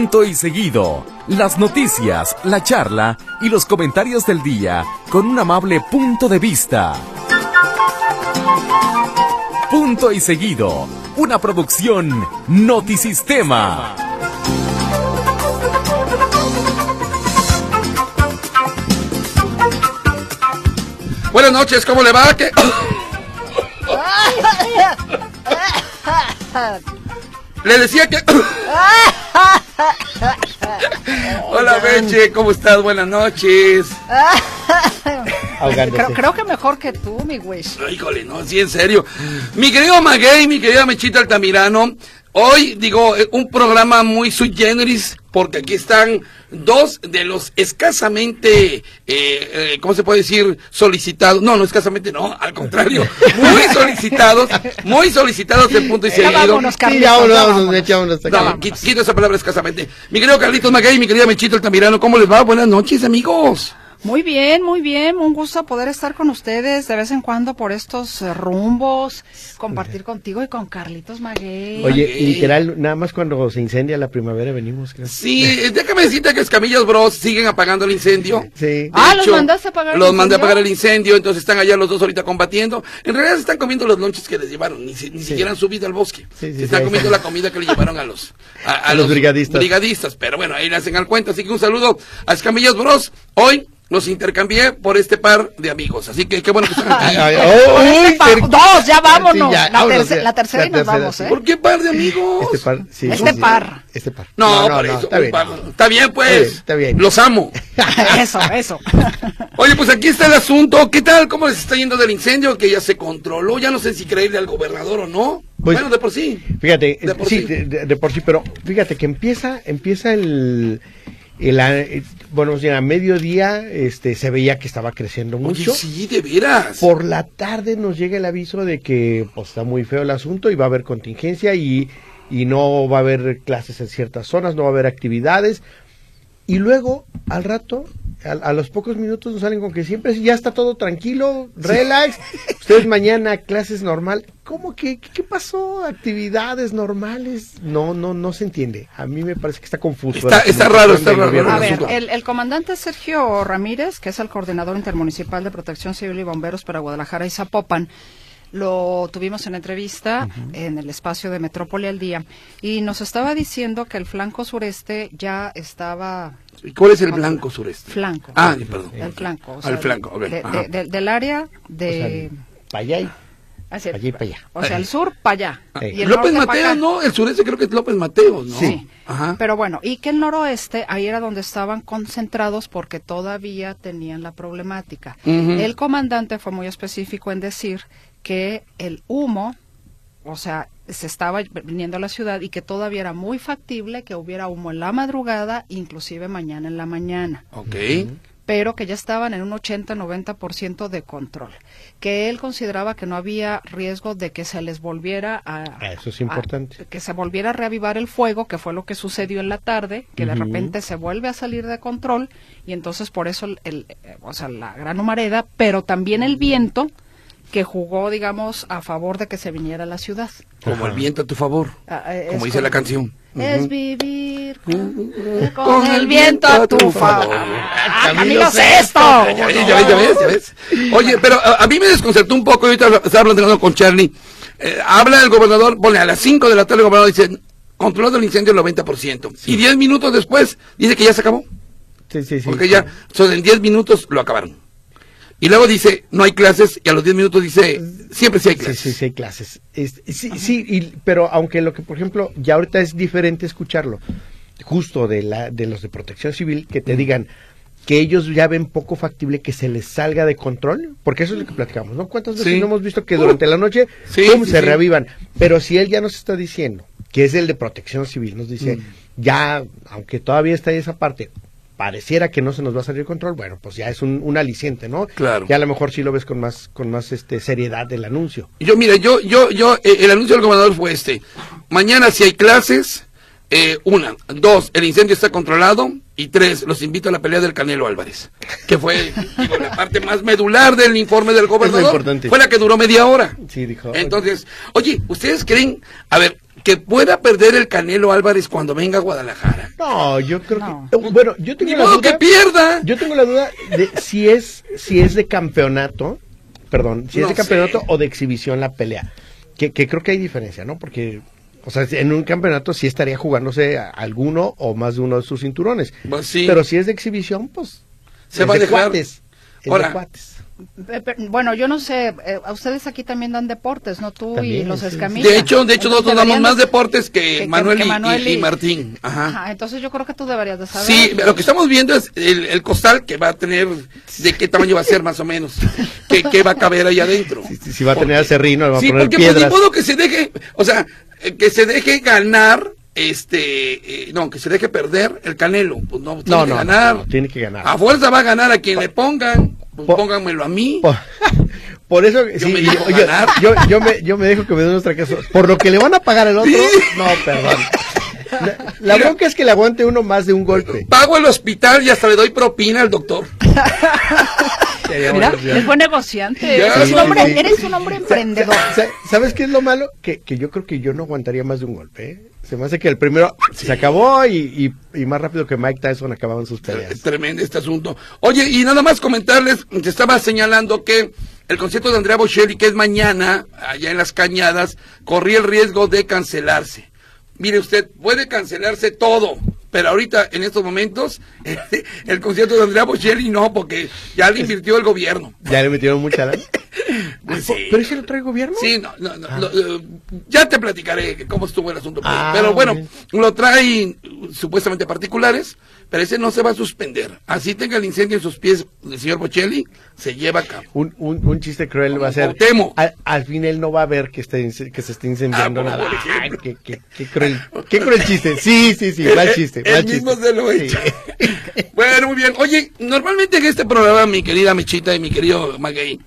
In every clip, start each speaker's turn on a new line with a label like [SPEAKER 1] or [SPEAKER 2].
[SPEAKER 1] Lento y seguido, las noticias, la charla y los comentarios del día con un amable punto de vista. Punto y seguido, una producción Notisistema.
[SPEAKER 2] Buenas noches, ¿cómo le va? ¿Qué? Le decía que... Hola, Beche, ¿cómo estás? Buenas noches.
[SPEAKER 3] Creo, creo que mejor que tú, mi güey.
[SPEAKER 2] Híjole, no, sí, en serio. Mi querido Maguey, mi querida Mechita Altamirano, hoy digo, eh, un programa muy sui generis, porque aquí están dos de los escasamente, eh, eh, ¿cómo se puede decir? Solicitados. No, no, escasamente no, al contrario. Muy solicitados, muy solicitados en punto y
[SPEAKER 3] Ya
[SPEAKER 2] seguido.
[SPEAKER 3] vámonos,
[SPEAKER 4] Sí,
[SPEAKER 3] Carlitos,
[SPEAKER 4] ya vámonos,
[SPEAKER 3] ya
[SPEAKER 4] vámonos,
[SPEAKER 3] vámonos.
[SPEAKER 4] Meche, vámonos hasta acá.
[SPEAKER 2] No, qui- quito esa palabra escasamente. Mi querido Carlitos Maguey, mi querida Mechita Altamirano, ¿cómo les va? Buenas noches, amigos.
[SPEAKER 3] Muy bien, muy bien. Un gusto poder estar con ustedes de vez en cuando por estos eh, rumbos, compartir contigo y con Carlitos Maguey.
[SPEAKER 4] Oye,
[SPEAKER 2] Ay.
[SPEAKER 4] literal, nada más cuando se incendia la primavera venimos, creo.
[SPEAKER 2] Sí, eh, déjame decirte que Escamillas Bros siguen apagando el incendio.
[SPEAKER 4] Sí.
[SPEAKER 2] De
[SPEAKER 3] Ah, ¿los mandaste a apagar el
[SPEAKER 2] Los mandé a
[SPEAKER 3] incendio?
[SPEAKER 2] apagar el incendio, entonces están allá los dos ahorita combatiendo. En realidad se están comiendo los lonches que les llevaron, ni, si- ni siquiera han subido al bosque.
[SPEAKER 4] Sí, sí,
[SPEAKER 2] se
[SPEAKER 4] sí,
[SPEAKER 2] están
[SPEAKER 4] ahí
[SPEAKER 2] comiendo
[SPEAKER 4] está.
[SPEAKER 2] la comida que le llevaron a los, a, a
[SPEAKER 4] A los brigadistas.
[SPEAKER 2] brigadistas, pero bueno, ahí le hacen al cuento. Así que un saludo a Escamillas Bros. Hoy los intercambié por este par de amigos, así que qué bueno que están
[SPEAKER 4] Ay,
[SPEAKER 2] aquí.
[SPEAKER 4] ay, oh,
[SPEAKER 3] Por
[SPEAKER 4] ay,
[SPEAKER 3] este
[SPEAKER 4] uy,
[SPEAKER 3] pa-
[SPEAKER 4] ter-
[SPEAKER 3] dos, ya vámonos.
[SPEAKER 4] Sí, ya,
[SPEAKER 3] la,
[SPEAKER 4] vámonos,
[SPEAKER 3] terce-
[SPEAKER 4] ya.
[SPEAKER 3] la tercera y
[SPEAKER 4] La
[SPEAKER 3] nos
[SPEAKER 4] tercera,
[SPEAKER 3] vamos,
[SPEAKER 4] sí.
[SPEAKER 3] ¿eh?
[SPEAKER 2] ¿Por qué par de amigos?
[SPEAKER 4] Este par, sí,
[SPEAKER 3] Este
[SPEAKER 4] sí, sí.
[SPEAKER 3] par.
[SPEAKER 4] Este par.
[SPEAKER 2] No, por eso,
[SPEAKER 4] está
[SPEAKER 2] un
[SPEAKER 4] bien.
[SPEAKER 2] par. Está bien, pues.
[SPEAKER 4] Está bien, está bien.
[SPEAKER 2] Los amo.
[SPEAKER 3] eso, eso.
[SPEAKER 2] Oye, pues aquí está el asunto. ¿Qué tal? ¿Cómo les está yendo del incendio? Que ya se controló. Ya no sé si creerle al gobernador o no.
[SPEAKER 4] Pues-
[SPEAKER 2] bueno, de por sí.
[SPEAKER 4] Fíjate,
[SPEAKER 2] De por
[SPEAKER 4] sí,
[SPEAKER 2] sí.
[SPEAKER 4] de, de- de por sí, pero fíjate que empieza, empieza el, el a- eh, bueno, o sea, a mediodía, este, se veía que estaba creciendo mucho.
[SPEAKER 2] Oye, sí, de veras.
[SPEAKER 4] Por la tarde nos llega el aviso de que pues, está muy feo el asunto y va a haber contingencia y, y no va a haber clases en ciertas zonas, no va a haber actividades. Y luego, al rato, a, a los pocos minutos nos salen con que siempre ya está todo tranquilo, relax, ustedes mañana clases normal. ¿Cómo que qué, qué pasó? Actividades normales. No, no, no se entiende. A mí me parece que está confuso.
[SPEAKER 2] Está-
[SPEAKER 4] la
[SPEAKER 2] está raro,
[SPEAKER 4] comunicación
[SPEAKER 2] está
[SPEAKER 4] del
[SPEAKER 2] raro,
[SPEAKER 4] gobierno
[SPEAKER 3] A
[SPEAKER 2] el
[SPEAKER 3] ver,
[SPEAKER 2] asunto.
[SPEAKER 3] el, el comandante Sergio Ramírez, que es el coordinador intermunicipal de Protección Civil y Bomberos para Guadalajara y Zapopan, lo tuvimos en entrevista en el espacio de Metrópoli al Día y nos estaba diciendo que el flanco sureste ya estaba
[SPEAKER 2] ¿Y ¿Cuál es el blanco sureste?
[SPEAKER 3] flanco.
[SPEAKER 2] Ah, perdón.
[SPEAKER 3] el flanco. o
[SPEAKER 2] Al flanco, ok,
[SPEAKER 3] de-
[SPEAKER 2] ajá.
[SPEAKER 3] de- de- del área
[SPEAKER 4] O sea,
[SPEAKER 2] eh,
[SPEAKER 3] de...
[SPEAKER 4] para allá y-
[SPEAKER 3] hacia el-
[SPEAKER 4] allí para allá.
[SPEAKER 3] O sea, el sur para allá.
[SPEAKER 2] Ah,
[SPEAKER 3] y el
[SPEAKER 2] López
[SPEAKER 3] norte pa'
[SPEAKER 2] Mateo,
[SPEAKER 3] acá.
[SPEAKER 2] ¿no? El sureste creo que es López Mateo, ¿no?
[SPEAKER 3] Sí.
[SPEAKER 2] Ajá.
[SPEAKER 3] Pero bueno, y que el noroeste, ahí era donde estaban concentrados porque todavía tenían la problemática.
[SPEAKER 2] Ujú.
[SPEAKER 3] El comandante fue muy específico en decir que el humo, o sea, se estaba viniendo a la ciudad y que todavía era muy factible que hubiera humo en la madrugada, inclusive mañana en la mañana
[SPEAKER 2] Ok.
[SPEAKER 3] pero que ya estaban en un 80-90% de control, que él consideraba que no había riesgo de que se les volviera a...
[SPEAKER 4] Ah, eso es importante.
[SPEAKER 3] a- que se volviera a reavivar el fuego, que fue lo que sucedió en la tarde, que de repente se vuelve a salir de control y entonces por eso, el, el, eh, o sea, la gran humareda, pero también el viento que jugó, digamos, a favor de que se viniera a la ciudad.
[SPEAKER 2] Como el viento a tu favor.
[SPEAKER 3] Ah, eh,
[SPEAKER 2] como
[SPEAKER 3] es
[SPEAKER 2] dice la
[SPEAKER 3] como-
[SPEAKER 2] canción.
[SPEAKER 3] Es vivir con,
[SPEAKER 2] Ujú.
[SPEAKER 3] con el viento a tu favor.
[SPEAKER 2] Ah,
[SPEAKER 3] Camilo Sesto.
[SPEAKER 2] Ya ves, ya ves, ya ves, ya ves. Oye, pero a, a mí me desconcertó un poco, ahorita habla- estaba hablando con Charlie. Eh, habla el gobernador, pone a las 5 de la tarde el gobernador dice, controlando el incendio el 90%. Y 10 minutos después dice que ya se acabó.
[SPEAKER 4] Sí, sí, sí.
[SPEAKER 2] Porque ya, son en 10 minutos lo acabaron. Y luego dice, no hay clases, y a los 10 minutos dice, siempre sí hay
[SPEAKER 4] Sí,
[SPEAKER 2] clases.
[SPEAKER 4] sí, sí, hay clases. Es- sí, sí, y- pero aunque lo que, por ejemplo, ya ahorita es diferente escucharlo, justo de, la, de los de protección civil, que te digan que ellos ya ven poco factible que se les salga de control, porque eso es lo que platicamos, ¿no? ¿Cuántas veces
[SPEAKER 2] Sí. Uh.
[SPEAKER 4] no hemos visto que durante la noche
[SPEAKER 2] Sí,
[SPEAKER 4] ¡pum!,
[SPEAKER 2] sí,
[SPEAKER 4] se
[SPEAKER 2] sí.
[SPEAKER 4] reavivan? Pero si él ya nos está diciendo, que es el de protección civil, nos dice, ya, aunque todavía está esa parte, pareciera que no se nos va a salir de control, bueno, pues ya es un, un aliciente, ¿no?
[SPEAKER 2] Claro.
[SPEAKER 4] Ya a lo mejor sí lo ves con más, con más este, seriedad el anuncio.
[SPEAKER 2] Yo, mira, yo, yo, yo, eh, el anuncio del gobernador fue este. Mañana si hay clases, eh, una, dos, el incendio está controlado y tres, los invito a la pelea del Canelo Álvarez, que fue digo, la parte más medular del informe del gobernador.
[SPEAKER 4] importante.
[SPEAKER 2] Fue la que duró media hora.
[SPEAKER 4] Sí, dijo.
[SPEAKER 2] Entonces, oye, ¿ustedes creen? A ver, que pueda perder el Canelo Álvarez cuando venga a Guadalajara.
[SPEAKER 4] No, yo creo
[SPEAKER 3] No.
[SPEAKER 4] que. eh, Bueno, yo tengo
[SPEAKER 2] Ni
[SPEAKER 4] la
[SPEAKER 2] modo
[SPEAKER 4] duda.
[SPEAKER 2] que pierda.
[SPEAKER 4] Yo tengo la duda de si es, si es de campeonato, perdón, si
[SPEAKER 2] No
[SPEAKER 4] es de campeonato
[SPEAKER 2] sé.
[SPEAKER 4] o de exhibición la pelea. Que, que creo que hay diferencia, ¿no? Porque, o sea, en un campeonato sí estaría jugándose a- alguno o más de uno de sus cinturones.
[SPEAKER 2] Pues sí.
[SPEAKER 4] Pero si es de exhibición, pues.
[SPEAKER 2] Se
[SPEAKER 4] es
[SPEAKER 2] va a
[SPEAKER 4] de
[SPEAKER 2] dejar.
[SPEAKER 4] cuates, es de
[SPEAKER 2] Ahora.
[SPEAKER 4] cuates.
[SPEAKER 3] Eh, pero, Bueno, yo no sé, eh, a ustedes aquí también dan deportes, ¿no? Tú y
[SPEAKER 4] También,
[SPEAKER 3] los
[SPEAKER 4] sí.
[SPEAKER 3] escamillas.
[SPEAKER 2] De hecho, de hecho nosotros damos más deportes que,
[SPEAKER 3] que- que
[SPEAKER 2] Manuel, y- y-
[SPEAKER 3] Manuel
[SPEAKER 2] y,
[SPEAKER 3] y-
[SPEAKER 2] Martín. Ajá.
[SPEAKER 3] Ajá, entonces yo creo que tú deberías de saber.
[SPEAKER 2] Sí, lo que estamos viendo es el, el costal que va a tener, de qué tamaño va a ser más o menos, qué, qué va a caber ahí adentro.
[SPEAKER 4] Si, si- si va a tener acerrino, va a
[SPEAKER 2] Sí,
[SPEAKER 4] poner
[SPEAKER 2] porque pues, ni
[SPEAKER 4] piedras.
[SPEAKER 2] modo que se deje, o sea, eh, que se deje ganar, este, eh, no, que se deje perder el Canelo, pues no, tiene
[SPEAKER 4] No,
[SPEAKER 2] que
[SPEAKER 4] no,
[SPEAKER 2] ganar.
[SPEAKER 4] no, tiene que ganar.
[SPEAKER 2] A fuerza va a ganar a quien le pongan, pues
[SPEAKER 4] po-
[SPEAKER 2] pónganmelo a mí.
[SPEAKER 4] Por, por eso, sí,
[SPEAKER 2] me
[SPEAKER 4] y-
[SPEAKER 2] dejo
[SPEAKER 4] yo,
[SPEAKER 2] ganar.
[SPEAKER 4] yo- yo me, yo me dejo que me den nuestra casa. Por lo que le van a pagar al otro, no, perdón. La, la
[SPEAKER 2] Mira.
[SPEAKER 4] bronca es que le aguante uno más de un golpe.
[SPEAKER 2] Pago el hospital y hasta le doy propina al doctor.
[SPEAKER 4] Sería
[SPEAKER 3] Mira,
[SPEAKER 4] buena
[SPEAKER 3] es
[SPEAKER 4] opción.
[SPEAKER 3] buen negociante.
[SPEAKER 2] Ya,
[SPEAKER 3] eres,
[SPEAKER 2] sí,
[SPEAKER 3] un hombre,
[SPEAKER 4] sí.
[SPEAKER 3] eres un hombre emprendedor.
[SPEAKER 4] Sa- ¿Sabes qué es lo malo? Que, que yo creo que yo no aguantaría más de un golpe. ¿eh? Se me hace que el primero se acabó y, y- y más rápido que Mike Tyson acababan sus
[SPEAKER 2] Es
[SPEAKER 4] peleas.
[SPEAKER 2] tremendo este asunto. Oye, y nada más comentarles, te estaba señalando que el concierto de Andrea Bocelli, que es mañana, allá en las cañadas, corría el riesgo de cancelarse. Mire usted, puede cancelarse todo, pero ahorita, en estos momentos, el concierto de Andrea Bocelli no, porque ya le invirtió el gobierno.
[SPEAKER 4] Ya le metieron mucha lana. Ah,
[SPEAKER 2] Pues sí.
[SPEAKER 4] ¿Pero ese lo trae el gobierno?
[SPEAKER 2] Sí, no, no, no, lo- eh, ya te platicaré que cómo estuvo el asunto. pues.
[SPEAKER 4] Ah,
[SPEAKER 2] pero bueno,
[SPEAKER 4] muy
[SPEAKER 2] lo traen uh, supuestamente particulares, pero ese no se va a suspender. Así tenga el incendio en sus pies el señor Bocelli, se lleva a cabo.
[SPEAKER 4] Un, un, un chiste cruel va a ser.
[SPEAKER 2] Cuauhtémoc.
[SPEAKER 4] Al, al fin él no va a ver que, esté ince- que se esté incendiando
[SPEAKER 2] Ah, por
[SPEAKER 4] nada.
[SPEAKER 2] ejemplo.
[SPEAKER 4] Ay, qué, qué- qué cruel, qué cruel chiste. Sí, sí, sí, mal chiste.
[SPEAKER 2] El
[SPEAKER 4] mal
[SPEAKER 2] mismo
[SPEAKER 4] chiste.
[SPEAKER 2] se lo
[SPEAKER 4] Sí.
[SPEAKER 2] echa. bueno, muy bien. Oye, normalmente en este programa, mi querida Mechita y mi querido Maguey,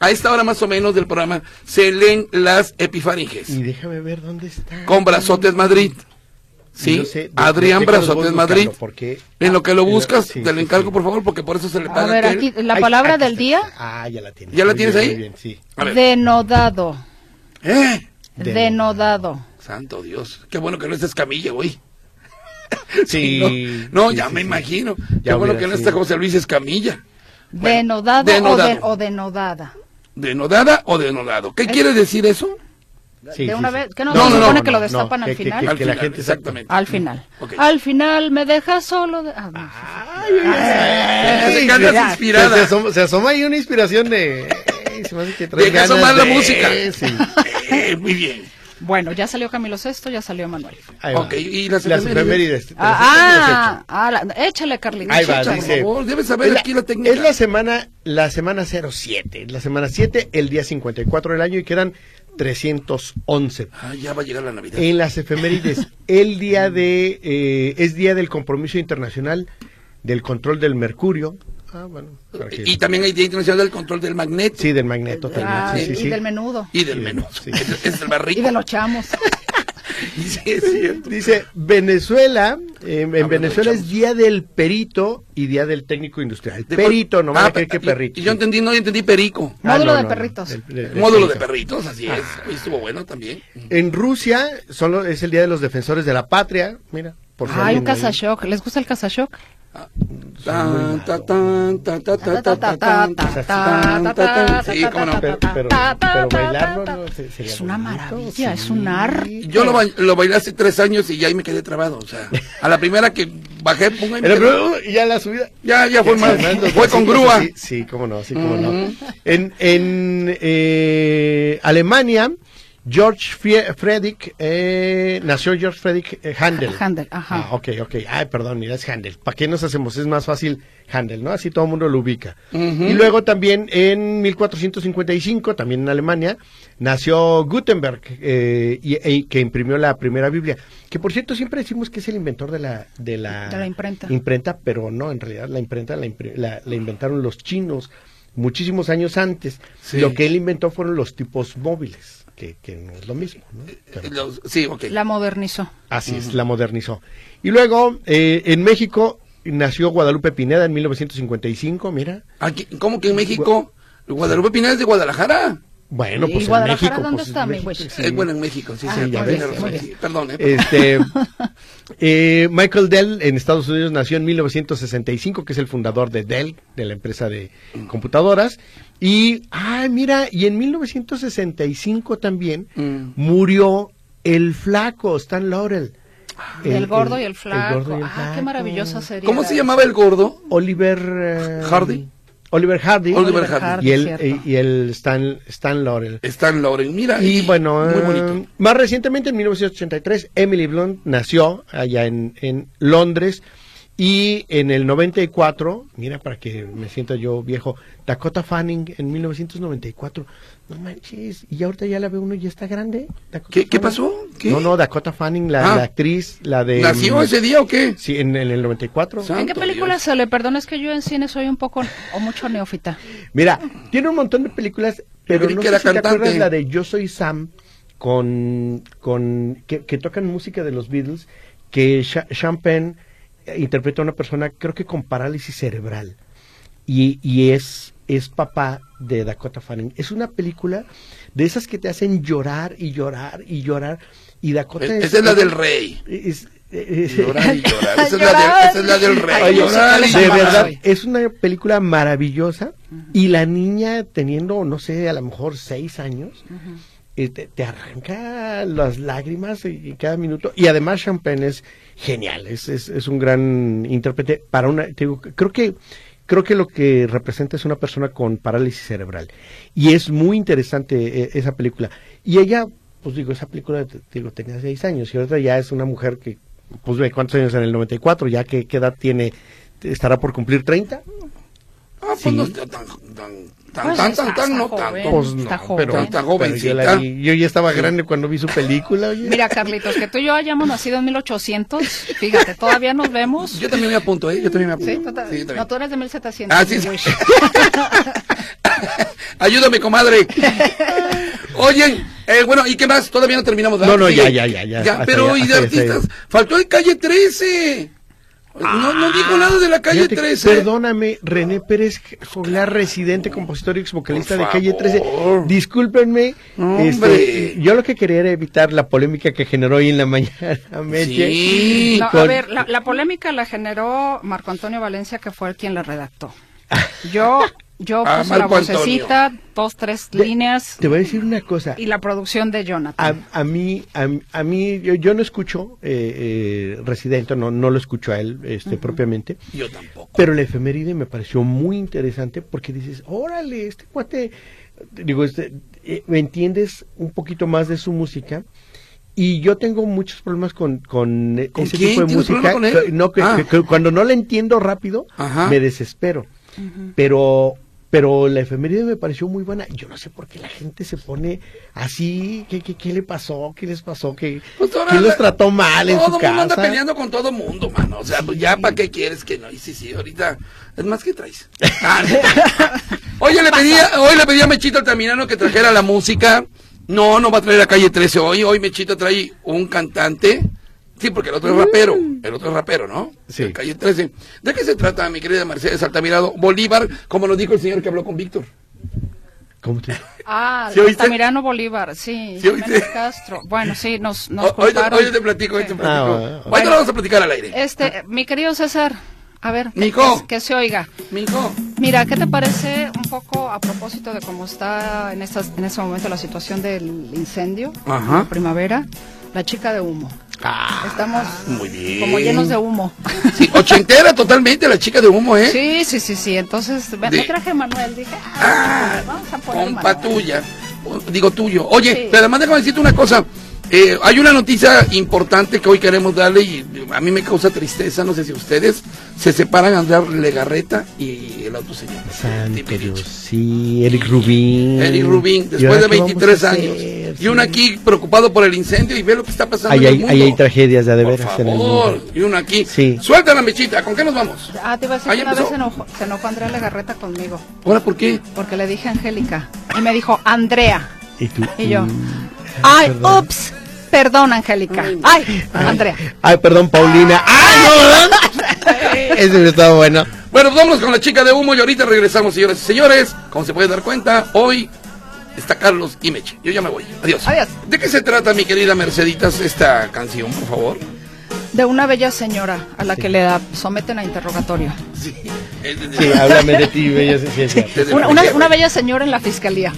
[SPEAKER 2] a esta hora más o menos del programa se leen las epifaringes.
[SPEAKER 4] Y déjame ver dónde está.
[SPEAKER 2] Con Brazotes Madrid. Sí,
[SPEAKER 4] Yo sé, de-
[SPEAKER 2] Adrián
[SPEAKER 4] de- déjame los voy
[SPEAKER 2] Brazotes
[SPEAKER 4] buscando,
[SPEAKER 2] Madrid.
[SPEAKER 4] porque-
[SPEAKER 2] En lo que lo
[SPEAKER 4] Ah, en lo-
[SPEAKER 2] buscas,
[SPEAKER 4] sí,
[SPEAKER 2] te lo
[SPEAKER 4] sí,
[SPEAKER 2] encargo,
[SPEAKER 4] sí.
[SPEAKER 2] por favor, porque por eso se le
[SPEAKER 3] A
[SPEAKER 2] paga.
[SPEAKER 3] ver,
[SPEAKER 2] aquel.
[SPEAKER 3] aquí la
[SPEAKER 4] Ay,
[SPEAKER 3] palabra
[SPEAKER 4] aquí
[SPEAKER 3] del
[SPEAKER 4] está.
[SPEAKER 3] día,
[SPEAKER 4] Ah, ya la tienes.
[SPEAKER 2] ¿Ya la
[SPEAKER 4] Muy
[SPEAKER 2] tienes
[SPEAKER 4] bien,
[SPEAKER 2] ahí?
[SPEAKER 4] muy bien, sí.
[SPEAKER 2] A ver.
[SPEAKER 3] denodado,
[SPEAKER 2] ¿Eh?
[SPEAKER 4] De-
[SPEAKER 3] denodado.
[SPEAKER 2] Santo Dios. Qué bueno que no estés Camilla hoy.
[SPEAKER 4] Sí.
[SPEAKER 2] No,
[SPEAKER 4] sí,
[SPEAKER 2] ya
[SPEAKER 4] sí,
[SPEAKER 2] me
[SPEAKER 4] sí.
[SPEAKER 2] imagino. Qué
[SPEAKER 4] Ya
[SPEAKER 2] bueno
[SPEAKER 4] hubiera
[SPEAKER 2] que no
[SPEAKER 4] sido.
[SPEAKER 2] está José Luis Escamilla. Bueno,
[SPEAKER 3] denodado,
[SPEAKER 2] denodado.
[SPEAKER 3] O, de- o denodada.
[SPEAKER 2] ¿Denodada o denodado? ¿Qué quiere decir eso?
[SPEAKER 4] Sí,
[SPEAKER 3] de
[SPEAKER 4] sí,
[SPEAKER 3] una
[SPEAKER 4] sí.
[SPEAKER 3] vez, que no, No, se no, no, supone que lo destapan al final.
[SPEAKER 4] Que,
[SPEAKER 2] Al
[SPEAKER 4] que la
[SPEAKER 2] final,
[SPEAKER 4] gente
[SPEAKER 2] exactamente.
[SPEAKER 4] Mm,
[SPEAKER 3] Al final.
[SPEAKER 2] Ok.
[SPEAKER 3] Al final me dejas solo. de- ah, no.
[SPEAKER 2] Se
[SPEAKER 4] Ay,
[SPEAKER 2] te cantas
[SPEAKER 4] mira,
[SPEAKER 2] inspirada.
[SPEAKER 4] Se asoma, se asoma ahí una inspiración de. Ay, se me hace que traes
[SPEAKER 2] Deja
[SPEAKER 4] ganas
[SPEAKER 2] asomar la
[SPEAKER 4] de-
[SPEAKER 2] música.
[SPEAKER 4] Sí.
[SPEAKER 2] Eh, muy bien.
[SPEAKER 3] Bueno, ya salió Camilo Sexto, ya salió Manuel.
[SPEAKER 4] Ahí va.
[SPEAKER 2] Ok, ¿y las efemérides?
[SPEAKER 4] efemérides? Te las hemos
[SPEAKER 3] Ah,
[SPEAKER 4] hecho.
[SPEAKER 3] ah, ah, la- échale, Carlitos.
[SPEAKER 4] Ahí va,
[SPEAKER 3] échale.
[SPEAKER 4] dice-
[SPEAKER 2] Por favor, debes saber
[SPEAKER 4] Eh, Es la-
[SPEAKER 2] aquí la técnica.
[SPEAKER 4] Es la semana, la semana 07. La semana 7, el día 54 del año y quedan 311.
[SPEAKER 2] Ah, ya va a llegar la Navidad.
[SPEAKER 4] En las efemérides, el día de. eh, es día del compromiso internacional del control del mercurio. Ah, bueno. para que-
[SPEAKER 2] y también hay Día Internacional del Control del Magneto.
[SPEAKER 4] Sí, del magneto
[SPEAKER 3] Ah,
[SPEAKER 4] también. Sí, sí,
[SPEAKER 3] y
[SPEAKER 4] sí.
[SPEAKER 3] del menudo.
[SPEAKER 2] Y del
[SPEAKER 4] Sí,
[SPEAKER 2] menú.
[SPEAKER 4] sí.
[SPEAKER 2] Es, es el
[SPEAKER 3] Y
[SPEAKER 2] barril.
[SPEAKER 3] de los chamos.
[SPEAKER 2] Sí, es cierto. Ah,
[SPEAKER 4] Dice, Venezuela, eh, en
[SPEAKER 2] Hablando de
[SPEAKER 4] Venezuela es
[SPEAKER 2] chavos.
[SPEAKER 4] día del perito y día del técnico industrial.
[SPEAKER 2] De-
[SPEAKER 4] perito, no van a
[SPEAKER 2] Ah,
[SPEAKER 4] creer que
[SPEAKER 2] y-
[SPEAKER 4] perrito.
[SPEAKER 2] Y yo entendí, no, yo entendí perico.
[SPEAKER 4] Ah,
[SPEAKER 3] Módulo
[SPEAKER 4] no,
[SPEAKER 3] de
[SPEAKER 4] no, no,
[SPEAKER 3] perritos.
[SPEAKER 4] del- del- del
[SPEAKER 2] Módulo de
[SPEAKER 4] perrito. Ah.
[SPEAKER 2] perritos, así es. Hoy estuvo bueno también.
[SPEAKER 4] En Rusia solo es el día de los defensores de la patria. Mira, por si
[SPEAKER 3] Ay,
[SPEAKER 4] alguien
[SPEAKER 3] Ah, un
[SPEAKER 4] ahí-
[SPEAKER 3] casashock. ¿Les gusta el casashock?
[SPEAKER 2] Tan, ta, tan, ta, ta, ta, ta, ta, tan. Tan, ta, tan. Sí, cómo no.
[SPEAKER 4] Pero, Ah, pero, pero bailarlo no, se- sería
[SPEAKER 3] Es una
[SPEAKER 4] bonito,
[SPEAKER 3] maravilla, es
[SPEAKER 4] sí.
[SPEAKER 3] un arte.
[SPEAKER 2] Yo lo, ba- lo bailé hace tres años y ya ahí me quedé trabado. O sea, a la primera que bajé, pongo ahí me
[SPEAKER 4] Era,
[SPEAKER 2] quedé-
[SPEAKER 4] pero, uh, ya la subida.
[SPEAKER 2] ya, ya fue más.
[SPEAKER 4] Fernando,
[SPEAKER 2] Fue con
[SPEAKER 4] sí,
[SPEAKER 2] grúa.
[SPEAKER 4] Sí, sí, cómo no, sí, cómo no. En, en eh, Alemania, George Fie- Friedrich, eh, nació George Friedrich eh, Handel.
[SPEAKER 3] Handel, ajá.
[SPEAKER 4] Ah, ok, ok. Ay, perdón, mira, es Handel. ¿Para qué nos hacemos? Es más fácil Handel, ¿no? Así todo el mundo lo ubica. Y luego también en 1455, también en Alemania, nació Gutenberg, eh, y, y que imprimió la primera Biblia. Que por cierto, siempre decimos que es el inventor de la, de la,
[SPEAKER 3] De la imprenta.
[SPEAKER 4] imprenta, pero no, en realidad la imprenta la, impre- la- la inventaron los chinos muchísimos años antes.
[SPEAKER 2] Sí.
[SPEAKER 4] Lo que él inventó fueron los tipos móviles, que, que no es lo mismo. ¿no? Pero-
[SPEAKER 2] Los- sí, ok.
[SPEAKER 3] La modernizó.
[SPEAKER 4] Así es, la modernizó. Y luego, eh, en México, nació Guadalupe Pineda en 1955, mira.
[SPEAKER 2] Aquí, ¿Cómo que en México? Guadalupe Pineda es de Guadalajara.
[SPEAKER 4] Bueno,
[SPEAKER 3] ¿Y
[SPEAKER 4] pues en
[SPEAKER 3] Guadalajara
[SPEAKER 4] México.
[SPEAKER 3] dónde
[SPEAKER 4] pues,
[SPEAKER 3] está, mi
[SPEAKER 4] México,
[SPEAKER 3] güey?
[SPEAKER 4] sí.
[SPEAKER 2] Es Eh, bueno en México, sí,
[SPEAKER 3] Ah,
[SPEAKER 2] sí.
[SPEAKER 4] ya
[SPEAKER 2] tiene
[SPEAKER 4] ves,
[SPEAKER 2] razón,
[SPEAKER 3] muy bien.
[SPEAKER 2] sí. Perdón, ¿eh?
[SPEAKER 4] Este, eh, Michael Dell en Estados Unidos nació en 1965, que es el fundador de Dell, de la empresa de computadoras. Y, ay, mira, y en 1965 también
[SPEAKER 2] Mm.
[SPEAKER 4] murió el flaco Stan Laurel.
[SPEAKER 3] El, gordo y el flaco.
[SPEAKER 4] gordo y el
[SPEAKER 3] ah, qué
[SPEAKER 4] flaco.
[SPEAKER 3] maravillosa serie.
[SPEAKER 2] ¿Cómo se llamaba el gordo?
[SPEAKER 4] Oliver eh,
[SPEAKER 2] Hardy.
[SPEAKER 4] Oliver Hardy.
[SPEAKER 2] Oliver
[SPEAKER 3] Oliver
[SPEAKER 2] Hardy.
[SPEAKER 3] Hardy,
[SPEAKER 4] y el,
[SPEAKER 3] cierto.
[SPEAKER 4] eh, y el Stan, Stan Laurel.
[SPEAKER 2] Stan Lauren, mira.
[SPEAKER 4] Y bueno,
[SPEAKER 2] Muy
[SPEAKER 4] eh,
[SPEAKER 2] bonito.
[SPEAKER 4] más recientemente, en 1983, Emily Blunt nació allá en, en Londres. Y en el 94, mira para que me sienta yo viejo, Dakota Fanning en 1994. No manches, y ahorita ya la ve uno y ya está grande. Dakota
[SPEAKER 2] ¿Qué- qué
[SPEAKER 4] Fanning.
[SPEAKER 2] pasó? ¿Qué?
[SPEAKER 4] No, no, Dakota Fanning, la,
[SPEAKER 2] Ah.
[SPEAKER 4] la actriz, la de.
[SPEAKER 2] ¿Nació ese día o qué?
[SPEAKER 4] Sí, en, en el 94.
[SPEAKER 2] Sa-
[SPEAKER 3] ¿En qué
[SPEAKER 2] Santo
[SPEAKER 3] película
[SPEAKER 2] Dios.
[SPEAKER 3] sale? Perdón, es que yo en cine soy un poco o mucho neófita.
[SPEAKER 4] Mira, tiene un montón de películas, pero
[SPEAKER 2] creí
[SPEAKER 4] no
[SPEAKER 2] que
[SPEAKER 4] sé
[SPEAKER 2] era
[SPEAKER 4] si te
[SPEAKER 2] cantante.
[SPEAKER 4] acuerdas la de Yo Soy Sam, con, con que, que tocan música de los Beatles, que Sha- Sean Penn eh, interpreta a una persona, creo que con parálisis cerebral, y, y es, es papá de Dakota Fanning. Es una película de esas que te hacen llorar y llorar y llorar, y Dakota
[SPEAKER 2] Es- Esa es la del rey.
[SPEAKER 4] es- es-
[SPEAKER 2] Llorar y llorar. Esa es la, del- esa es la del rey.
[SPEAKER 3] Ay,
[SPEAKER 4] Oye,
[SPEAKER 2] llorar y
[SPEAKER 4] de
[SPEAKER 2] llorar.
[SPEAKER 4] verdad, es una película maravillosa y la niña teniendo, no sé, a lo mejor seis años, eh, te, te arranca las lágrimas y, y cada minuto. Y además Champagne es genial, es, es, es un gran intérprete para una, te digo, creo que... Creo que lo que representa es una persona con parálisis cerebral. Y es muy interesante eh, esa película. Y ella, pues digo, esa película, te- te digo, tenía seis años. Y ahorita ya es una mujer que, pues ve, ¿cuántos años en el 94? ¿Ya qué, qué edad tiene? ¿Estará por cumplir
[SPEAKER 2] Ah,
[SPEAKER 4] 30?
[SPEAKER 2] pues
[SPEAKER 4] Sí. Pues
[SPEAKER 2] no está tan, tan, tan,
[SPEAKER 3] Pues
[SPEAKER 2] tan, tan,
[SPEAKER 3] está-
[SPEAKER 2] tan,
[SPEAKER 3] está
[SPEAKER 2] no
[SPEAKER 3] joven.
[SPEAKER 2] tanto.
[SPEAKER 3] Em, Está
[SPEAKER 4] pero,
[SPEAKER 2] joven. Está jovencita.
[SPEAKER 4] pero yo, la vi- yo ya estaba grande cuando vi su película. oye.
[SPEAKER 3] Mira, Carlitos, que tú y yo hayamos nacido en 1800, fíjate, todavía nos vemos.
[SPEAKER 2] Yo también me apunto, ¿eh? Yo también me apunto.
[SPEAKER 3] Sí, total.
[SPEAKER 2] Sí, yo también.
[SPEAKER 3] no, tú eres de 1700.
[SPEAKER 2] Ah, sí, sí.
[SPEAKER 3] güey.
[SPEAKER 2] Ayúdame, comadre. Oye, eh, bueno, ¿y qué más? Todavía no terminamos. ¿verdad?
[SPEAKER 4] No, no,
[SPEAKER 2] Sí.
[SPEAKER 4] ya, ya, ya, ya. Hasta
[SPEAKER 2] pero,
[SPEAKER 4] ya,
[SPEAKER 2] ¿y de
[SPEAKER 4] hasta ya, hasta
[SPEAKER 2] artistas? Faltó el Calle 13. No, no dijo nada de la Calle
[SPEAKER 4] Ah, Fíjate,
[SPEAKER 2] 13.
[SPEAKER 4] Perdóname, René Pérez Joglar, residente, compositor y ex vocalista de
[SPEAKER 2] Por
[SPEAKER 4] Calle 13.
[SPEAKER 2] favor.
[SPEAKER 4] Discúlpenme,
[SPEAKER 2] Hombre.
[SPEAKER 4] este, yo lo que quería era evitar la polémica que generó hoy en la mañana. Meche,
[SPEAKER 2] Sí.
[SPEAKER 3] No, a
[SPEAKER 4] con-
[SPEAKER 3] ver, la, la polémica la generó Marco Antonio Valencia, que fue el quien la redactó. Yo, yo
[SPEAKER 2] Ah,
[SPEAKER 3] puse la
[SPEAKER 2] Marco Antonio.
[SPEAKER 3] vocecita, dos, tres
[SPEAKER 4] De-
[SPEAKER 3] líneas
[SPEAKER 4] Te voy a decir una cosa.
[SPEAKER 3] y la producción de Jonathan.
[SPEAKER 4] A, a mí, a, a mí yo, yo no escucho eh, eh, Residente, no, no lo escucho a él este, propiamente,
[SPEAKER 2] Yo tampoco.
[SPEAKER 4] pero la efeméride me pareció muy interesante porque dices, órale, este cuate, digo, este, eh, me entiendes un poquito más de su música. Y yo tengo muchos problemas con, con, eh,
[SPEAKER 2] ¿Con
[SPEAKER 4] ese
[SPEAKER 2] quién?
[SPEAKER 4] tipo de
[SPEAKER 2] ¿Tienes
[SPEAKER 4] música.
[SPEAKER 2] problema con él?
[SPEAKER 4] que- No, que,
[SPEAKER 2] Ah.
[SPEAKER 4] que- que cuando no la entiendo rápido,
[SPEAKER 2] Ajá.
[SPEAKER 4] me desespero. Pero pero la efeméride me pareció muy buena. Yo no sé por qué la gente se pone así. ¿Qué, qué, qué le pasó? ¿Qué les pasó? ¿Qué,
[SPEAKER 2] Pues ahora
[SPEAKER 4] ¿Quién
[SPEAKER 2] la-
[SPEAKER 4] los trató mal en su
[SPEAKER 2] Todo mundo anda
[SPEAKER 4] casa?
[SPEAKER 2] peleando con todo mundo, mano. O sea, pues ya, ¿para qué quieres que no? Y sí, sí, ahorita. Es más, que traes? Ah, no. Oye, le pedía, hoy le pedí a Mechito Altamirano que trajera la música. No, no va a traer a Calle 13 hoy. Hoy Mechito trae un cantante. Sí, porque el otro es rapero. El otro es rapero, ¿no?
[SPEAKER 4] Mm. Sí.
[SPEAKER 2] El Calle 13. ¿De qué se trata, mi querida Mercedes Altamirano? Bolívar, como nos dijo el señor que habló con Víctor.
[SPEAKER 4] ¿Cómo te-
[SPEAKER 3] Ah,
[SPEAKER 2] ¿Sí oíste?
[SPEAKER 3] Altamirano Bolívar, sí,
[SPEAKER 2] ¿Sí oíste?
[SPEAKER 3] Jiménez Castro. Bueno, sí, nos, nos
[SPEAKER 2] O- Hoy, te-
[SPEAKER 3] culparon.
[SPEAKER 2] hoy Oh, te platico, hoy te
[SPEAKER 3] Sí.
[SPEAKER 2] platico.
[SPEAKER 4] Ah, bueno.
[SPEAKER 2] Ahorita lo vamos a platicar al aire.
[SPEAKER 3] Este, eh, mi querido César, a ver, que-
[SPEAKER 2] Mijo.
[SPEAKER 3] que- que se oiga.
[SPEAKER 2] Mijo.
[SPEAKER 3] Mira, ¿qué te parece un poco a propósito de cómo está en, estas, en este momento la situación del incendio
[SPEAKER 2] Ajá.
[SPEAKER 3] en primavera? La chica de humo. Estamos
[SPEAKER 2] Ah. muy bien.
[SPEAKER 3] como llenos de humo.
[SPEAKER 2] Sí, ochentera totalmente la chica de humo, ¿eh?
[SPEAKER 3] Sí, sí, sí, sí. Entonces, me,
[SPEAKER 2] De-
[SPEAKER 3] me traje a Manuel. Dije, ah, vamos a poner
[SPEAKER 2] Compa
[SPEAKER 3] Manuel.
[SPEAKER 2] tuya. O- Digo tuyo. Oye,
[SPEAKER 3] Sí.
[SPEAKER 2] pero además déjame decirte una cosa. Eh, hay una noticia importante que hoy queremos darle y a mí me causa tristeza, no sé si ustedes, se separan Andrés Legarreta y el otro señor.
[SPEAKER 4] Santo
[SPEAKER 2] Timbiriche.
[SPEAKER 4] Dios, sí, Eric Rubín.
[SPEAKER 2] Eric Rubín,
[SPEAKER 4] ¿Y
[SPEAKER 2] después
[SPEAKER 4] ahora
[SPEAKER 2] de
[SPEAKER 4] qué vamos
[SPEAKER 2] 23
[SPEAKER 4] a hacer?
[SPEAKER 2] años.
[SPEAKER 4] Sí.
[SPEAKER 2] Y uno aquí preocupado por el incendio y ve lo que está pasando
[SPEAKER 4] Ahí
[SPEAKER 2] en el
[SPEAKER 4] hay,
[SPEAKER 2] mundo.
[SPEAKER 4] ahí hay tragedias de a de
[SPEAKER 2] Por
[SPEAKER 4] veras en el
[SPEAKER 2] favor,
[SPEAKER 4] mundo.
[SPEAKER 2] y uno aquí.
[SPEAKER 4] Sí.
[SPEAKER 2] Suelta la mechita, ¿con qué nos vamos?
[SPEAKER 3] Ah, te iba a decir
[SPEAKER 2] Ahí
[SPEAKER 3] que una
[SPEAKER 2] empezó.
[SPEAKER 3] vez se enojó, se enojó Andrea Legarreta conmigo
[SPEAKER 2] ¿Ahora por qué?
[SPEAKER 3] porque le dije Angélica y me dijo Andrea
[SPEAKER 4] Y tú.
[SPEAKER 3] y yo,
[SPEAKER 4] mm,
[SPEAKER 3] ay,
[SPEAKER 4] perdón.
[SPEAKER 3] ups, perdón Angélica, ay, Andrea. Ah.
[SPEAKER 4] Ay, perdón, Paulina. ¡Ay, no! Ese hubiera estado bueno.
[SPEAKER 2] Bueno, pues vámonos con la chica de humo y ahorita regresamos, señores y señores. Como se pueden dar cuenta, hoy está Carlos y Meche. Yo ya me voy. Adiós.
[SPEAKER 3] Adiós.
[SPEAKER 2] ¿De qué se trata, mi querida Merceditas, esta canción, por favor?
[SPEAKER 3] De una bella señora a la que le da- someten a interrogatorio.
[SPEAKER 2] Sí. es de-
[SPEAKER 4] Sí, háblame de ti, bella ciencia.
[SPEAKER 2] desde
[SPEAKER 3] Una,
[SPEAKER 2] la
[SPEAKER 3] una-
[SPEAKER 2] tierra.
[SPEAKER 3] una bella señora en la fiscalía.